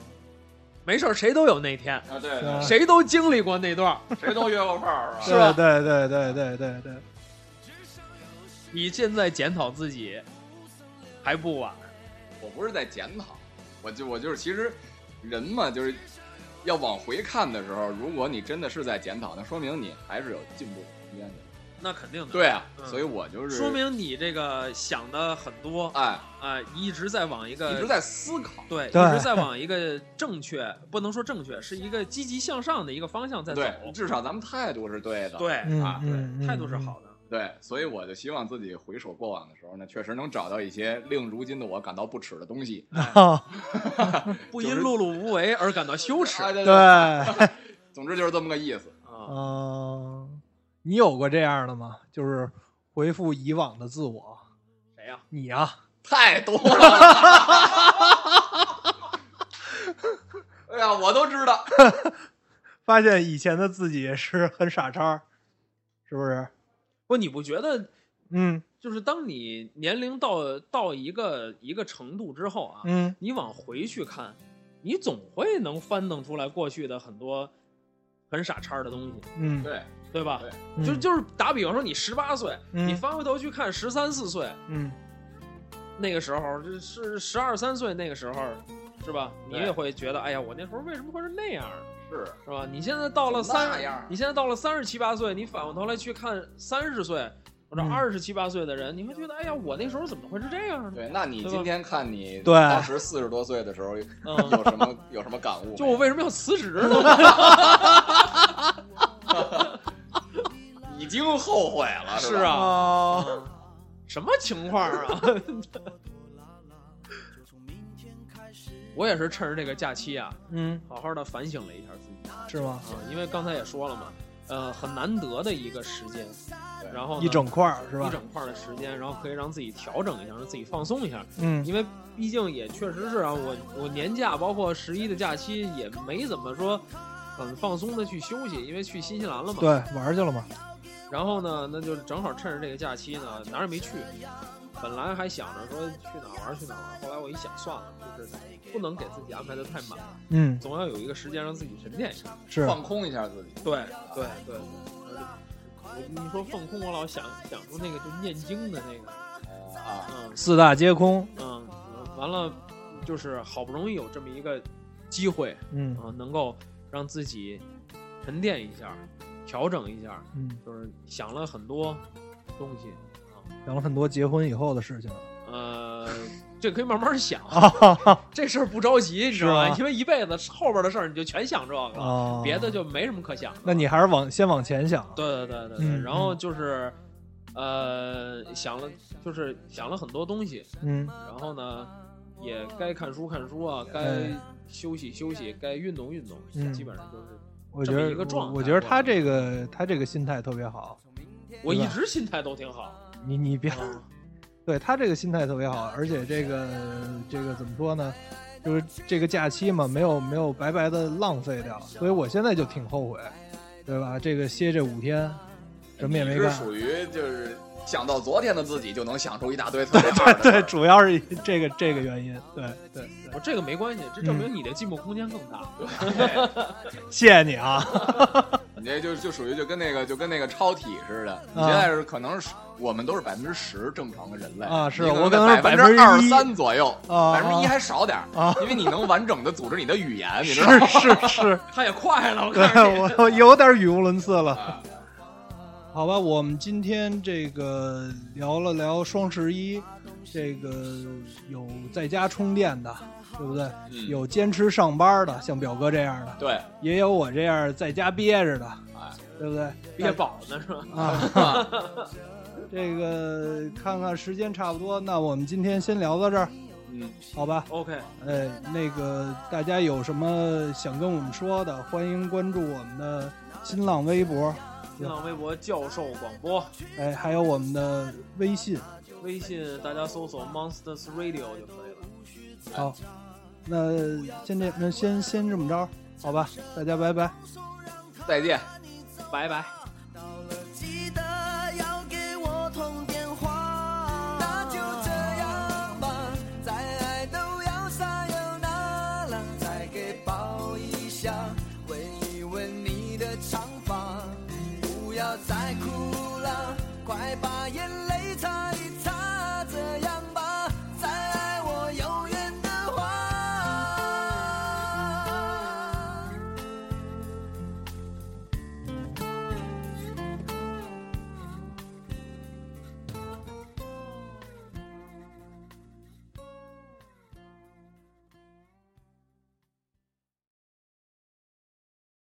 [SPEAKER 4] 没事儿，谁都有那天，
[SPEAKER 2] 啊，
[SPEAKER 1] 对
[SPEAKER 2] 对
[SPEAKER 1] 啊
[SPEAKER 4] 谁都经历过那段儿。
[SPEAKER 2] 谁都约过炮儿
[SPEAKER 1] 对
[SPEAKER 2] 是吧？
[SPEAKER 1] 对对对对对对，
[SPEAKER 4] 你现在检讨自己还不晚。
[SPEAKER 2] 我不是在检讨，我就我就是其实人嘛，就是要往回看的时候，如果你真的是在检讨，那说明你还是有进步的空间的。
[SPEAKER 4] 那肯定的。
[SPEAKER 2] 对啊，
[SPEAKER 4] 嗯
[SPEAKER 2] 所以我就是
[SPEAKER 4] 说明你这个想的很多啊、
[SPEAKER 2] 哎，
[SPEAKER 4] 一直在往一个
[SPEAKER 2] 一直在思考。
[SPEAKER 4] 对，
[SPEAKER 1] 对
[SPEAKER 4] 一直在往一个正确，不能说正确，是一个积极向上的一个方向在走。
[SPEAKER 2] 对，至少咱们态度是对的。
[SPEAKER 4] 对
[SPEAKER 1] 嗯
[SPEAKER 2] 啊
[SPEAKER 1] 嗯
[SPEAKER 4] 对，
[SPEAKER 1] 嗯
[SPEAKER 4] 态度是好的。
[SPEAKER 2] 对，所以我就希望自己回首过往的时候呢，确实能找到一些令如今的我感到不耻的东西。
[SPEAKER 1] 啊，
[SPEAKER 4] 不因碌碌无为而感到羞耻
[SPEAKER 2] 哎
[SPEAKER 4] 啊！
[SPEAKER 2] 对
[SPEAKER 1] 对，啊，
[SPEAKER 2] 总之就是这么个意思。
[SPEAKER 1] 呃你有过这样的吗？就是回复以往的自我，
[SPEAKER 4] 谁呀、
[SPEAKER 1] 你啊，
[SPEAKER 2] 太多了。哎呀，我都知道，
[SPEAKER 1] 发现以前的自己是很傻叉儿，是不是？
[SPEAKER 4] 不，你不觉得
[SPEAKER 1] 嗯
[SPEAKER 4] 就是当你年龄到到一个一个程度之后啊，
[SPEAKER 1] 嗯，
[SPEAKER 4] 你往回去看，你总会能翻腾出来过去的很多很傻叉的东西，
[SPEAKER 1] 嗯，
[SPEAKER 2] 对，
[SPEAKER 4] 对吧？
[SPEAKER 2] 对
[SPEAKER 1] 嗯
[SPEAKER 4] 就就是打比方说，你十八岁，
[SPEAKER 1] 嗯
[SPEAKER 4] 你翻回头去看十三四岁
[SPEAKER 1] 嗯
[SPEAKER 4] 那个时候，就是十二三岁那个时候，是吧？你
[SPEAKER 2] 对
[SPEAKER 4] 也会觉得，哎呀，我那时候为什么会是那样儿，
[SPEAKER 2] 是
[SPEAKER 4] 是吧？你现在到了
[SPEAKER 2] 怎么那
[SPEAKER 4] 三
[SPEAKER 2] 样儿，
[SPEAKER 4] 你现在到了三十七八岁，你反过头来去看三十岁或者
[SPEAKER 1] 嗯
[SPEAKER 4] 二十七八岁的人，你会觉得，哎呀，我那时候怎么会是这样呢？
[SPEAKER 2] 对。那你
[SPEAKER 4] 对吧
[SPEAKER 2] 今天看你
[SPEAKER 1] 对
[SPEAKER 2] 当时四十多岁的时候，有
[SPEAKER 4] 嗯，
[SPEAKER 2] 什么有什么感悟？
[SPEAKER 4] 就我为什么要辞职呢？
[SPEAKER 2] 已经后悔了，
[SPEAKER 4] 是
[SPEAKER 2] 吧？
[SPEAKER 4] 啊，
[SPEAKER 1] 啊，
[SPEAKER 4] 什么情况啊？ 我也是趁着这个假期啊，
[SPEAKER 1] 嗯，
[SPEAKER 4] 好好的反省了一下自己。
[SPEAKER 1] 是吗？
[SPEAKER 4] 啊，因为刚才也说了嘛，呃，很难得的一个时间，然后呢
[SPEAKER 1] 一整块儿是吧？
[SPEAKER 4] 哦一整块儿的时间，然后可以让自己调整一下，让自己放松一下，
[SPEAKER 1] 嗯
[SPEAKER 4] 因为毕竟也确实是啊，我我年假包括十一的假期也没怎么说很放松的去休息，因为去新西兰了嘛。
[SPEAKER 1] 对，。玩儿去了嘛。
[SPEAKER 4] 然后呢，那就是正好趁着这个假期呢，哪儿也没去。本来还想着说去哪儿玩儿去哪儿玩儿，后来我一想算了，就是不能给自己安排的太满，
[SPEAKER 1] 嗯，
[SPEAKER 4] 总要有一个时间让自己沉淀一下。
[SPEAKER 1] 是
[SPEAKER 2] 放空一下自己。
[SPEAKER 4] 对对对，我跟你说放空，我老想想出那个就念经的那个，
[SPEAKER 2] 呃啊，
[SPEAKER 4] 嗯
[SPEAKER 1] 四大皆空。
[SPEAKER 4] 嗯，完了就是好不容易有这么一个机会
[SPEAKER 1] 嗯
[SPEAKER 4] 啊，能够让自己沉淀一下，调整一下，
[SPEAKER 1] 嗯，
[SPEAKER 4] 就是想了很多东西，
[SPEAKER 1] 讲了很多结婚以后的事情
[SPEAKER 4] 呃，这可以慢慢想，
[SPEAKER 1] 啊
[SPEAKER 4] 这事儿不着急，你知道
[SPEAKER 1] 是
[SPEAKER 4] 吗
[SPEAKER 1] 吗？
[SPEAKER 4] 因为一辈子后边的事儿你就全想这个了，
[SPEAKER 1] 啊，
[SPEAKER 4] 别的就没什么可想的了。
[SPEAKER 1] 那你还是往先往前想。
[SPEAKER 4] 对对对对对，
[SPEAKER 1] 嗯
[SPEAKER 4] 然后就是，呃，想了就是想了很多东西，
[SPEAKER 1] 嗯
[SPEAKER 4] 然后呢，也该看书看书啊，该
[SPEAKER 1] 哎
[SPEAKER 4] 休息休息，该运动运动，
[SPEAKER 1] 嗯
[SPEAKER 4] 基本上就是。
[SPEAKER 1] 我觉
[SPEAKER 4] 这么
[SPEAKER 1] 得
[SPEAKER 4] 一个状态
[SPEAKER 1] 我，我觉得他这个他这个心态特别好。
[SPEAKER 4] 我
[SPEAKER 1] 对
[SPEAKER 4] 一
[SPEAKER 1] 吧嗯
[SPEAKER 4] 直心态都挺好，
[SPEAKER 1] 你你别，
[SPEAKER 4] 啊
[SPEAKER 1] 对他这个心态特别好，而且这个这个怎么说呢？就是这个假期嘛，没有没有白白的浪费掉，所以我现在就挺后悔，对吧？这个歇这五天，什么也没
[SPEAKER 2] 你是
[SPEAKER 1] 干，
[SPEAKER 2] 属于就是想到昨天的自己，就能想出一大堆特别 二的事儿
[SPEAKER 1] 对，主要是这个这个原因，对对
[SPEAKER 4] 我
[SPEAKER 1] 对，
[SPEAKER 4] 这个没关系，这证
[SPEAKER 1] 嗯
[SPEAKER 4] 明你的进步空间更大。
[SPEAKER 1] 谢谢你啊，
[SPEAKER 2] 你这就就属于就跟那个就跟那个超体似的。
[SPEAKER 1] 啊
[SPEAKER 2] 你现在是可能是我们都是百分之十正常的人类
[SPEAKER 1] 啊是
[SPEAKER 2] 你
[SPEAKER 1] 我可能是
[SPEAKER 2] 百之二
[SPEAKER 1] 1%
[SPEAKER 2] 三左右，
[SPEAKER 1] 啊
[SPEAKER 2] 百分之一还少点儿
[SPEAKER 1] 啊
[SPEAKER 2] 因为你能完整的组织你的语言，你知
[SPEAKER 1] 是
[SPEAKER 2] 道吗？
[SPEAKER 1] 是 是，
[SPEAKER 4] 他也快 了，我
[SPEAKER 1] 对
[SPEAKER 4] 看着你。
[SPEAKER 1] 我我有点语无伦次
[SPEAKER 2] 啊
[SPEAKER 1] 了。好吧，我们今天这个聊了聊双十一，这个有在家充电的，对不对？
[SPEAKER 2] 嗯
[SPEAKER 1] 有坚持上班的，像表哥这样的，
[SPEAKER 2] 对，
[SPEAKER 1] 也有我这样在家憋着的，
[SPEAKER 2] 哎
[SPEAKER 1] 对不对？
[SPEAKER 4] 憋饱呢是吧？
[SPEAKER 1] 啊，这个看看时间差不多，那我们今天先聊到这儿，
[SPEAKER 2] 嗯，
[SPEAKER 1] 好吧？
[SPEAKER 4] OK，
[SPEAKER 1] 呃，那个大家有什么想跟我们说的，欢迎关注我们的新浪微博，
[SPEAKER 4] 新浪微博教授广播，
[SPEAKER 1] 哎，还有我们的微信。
[SPEAKER 4] 微信大家搜索 Monsters Radio 就可以了。
[SPEAKER 1] 好，那先这，那先先这么着，好吧？大家拜拜。
[SPEAKER 2] 再见。
[SPEAKER 4] 拜拜。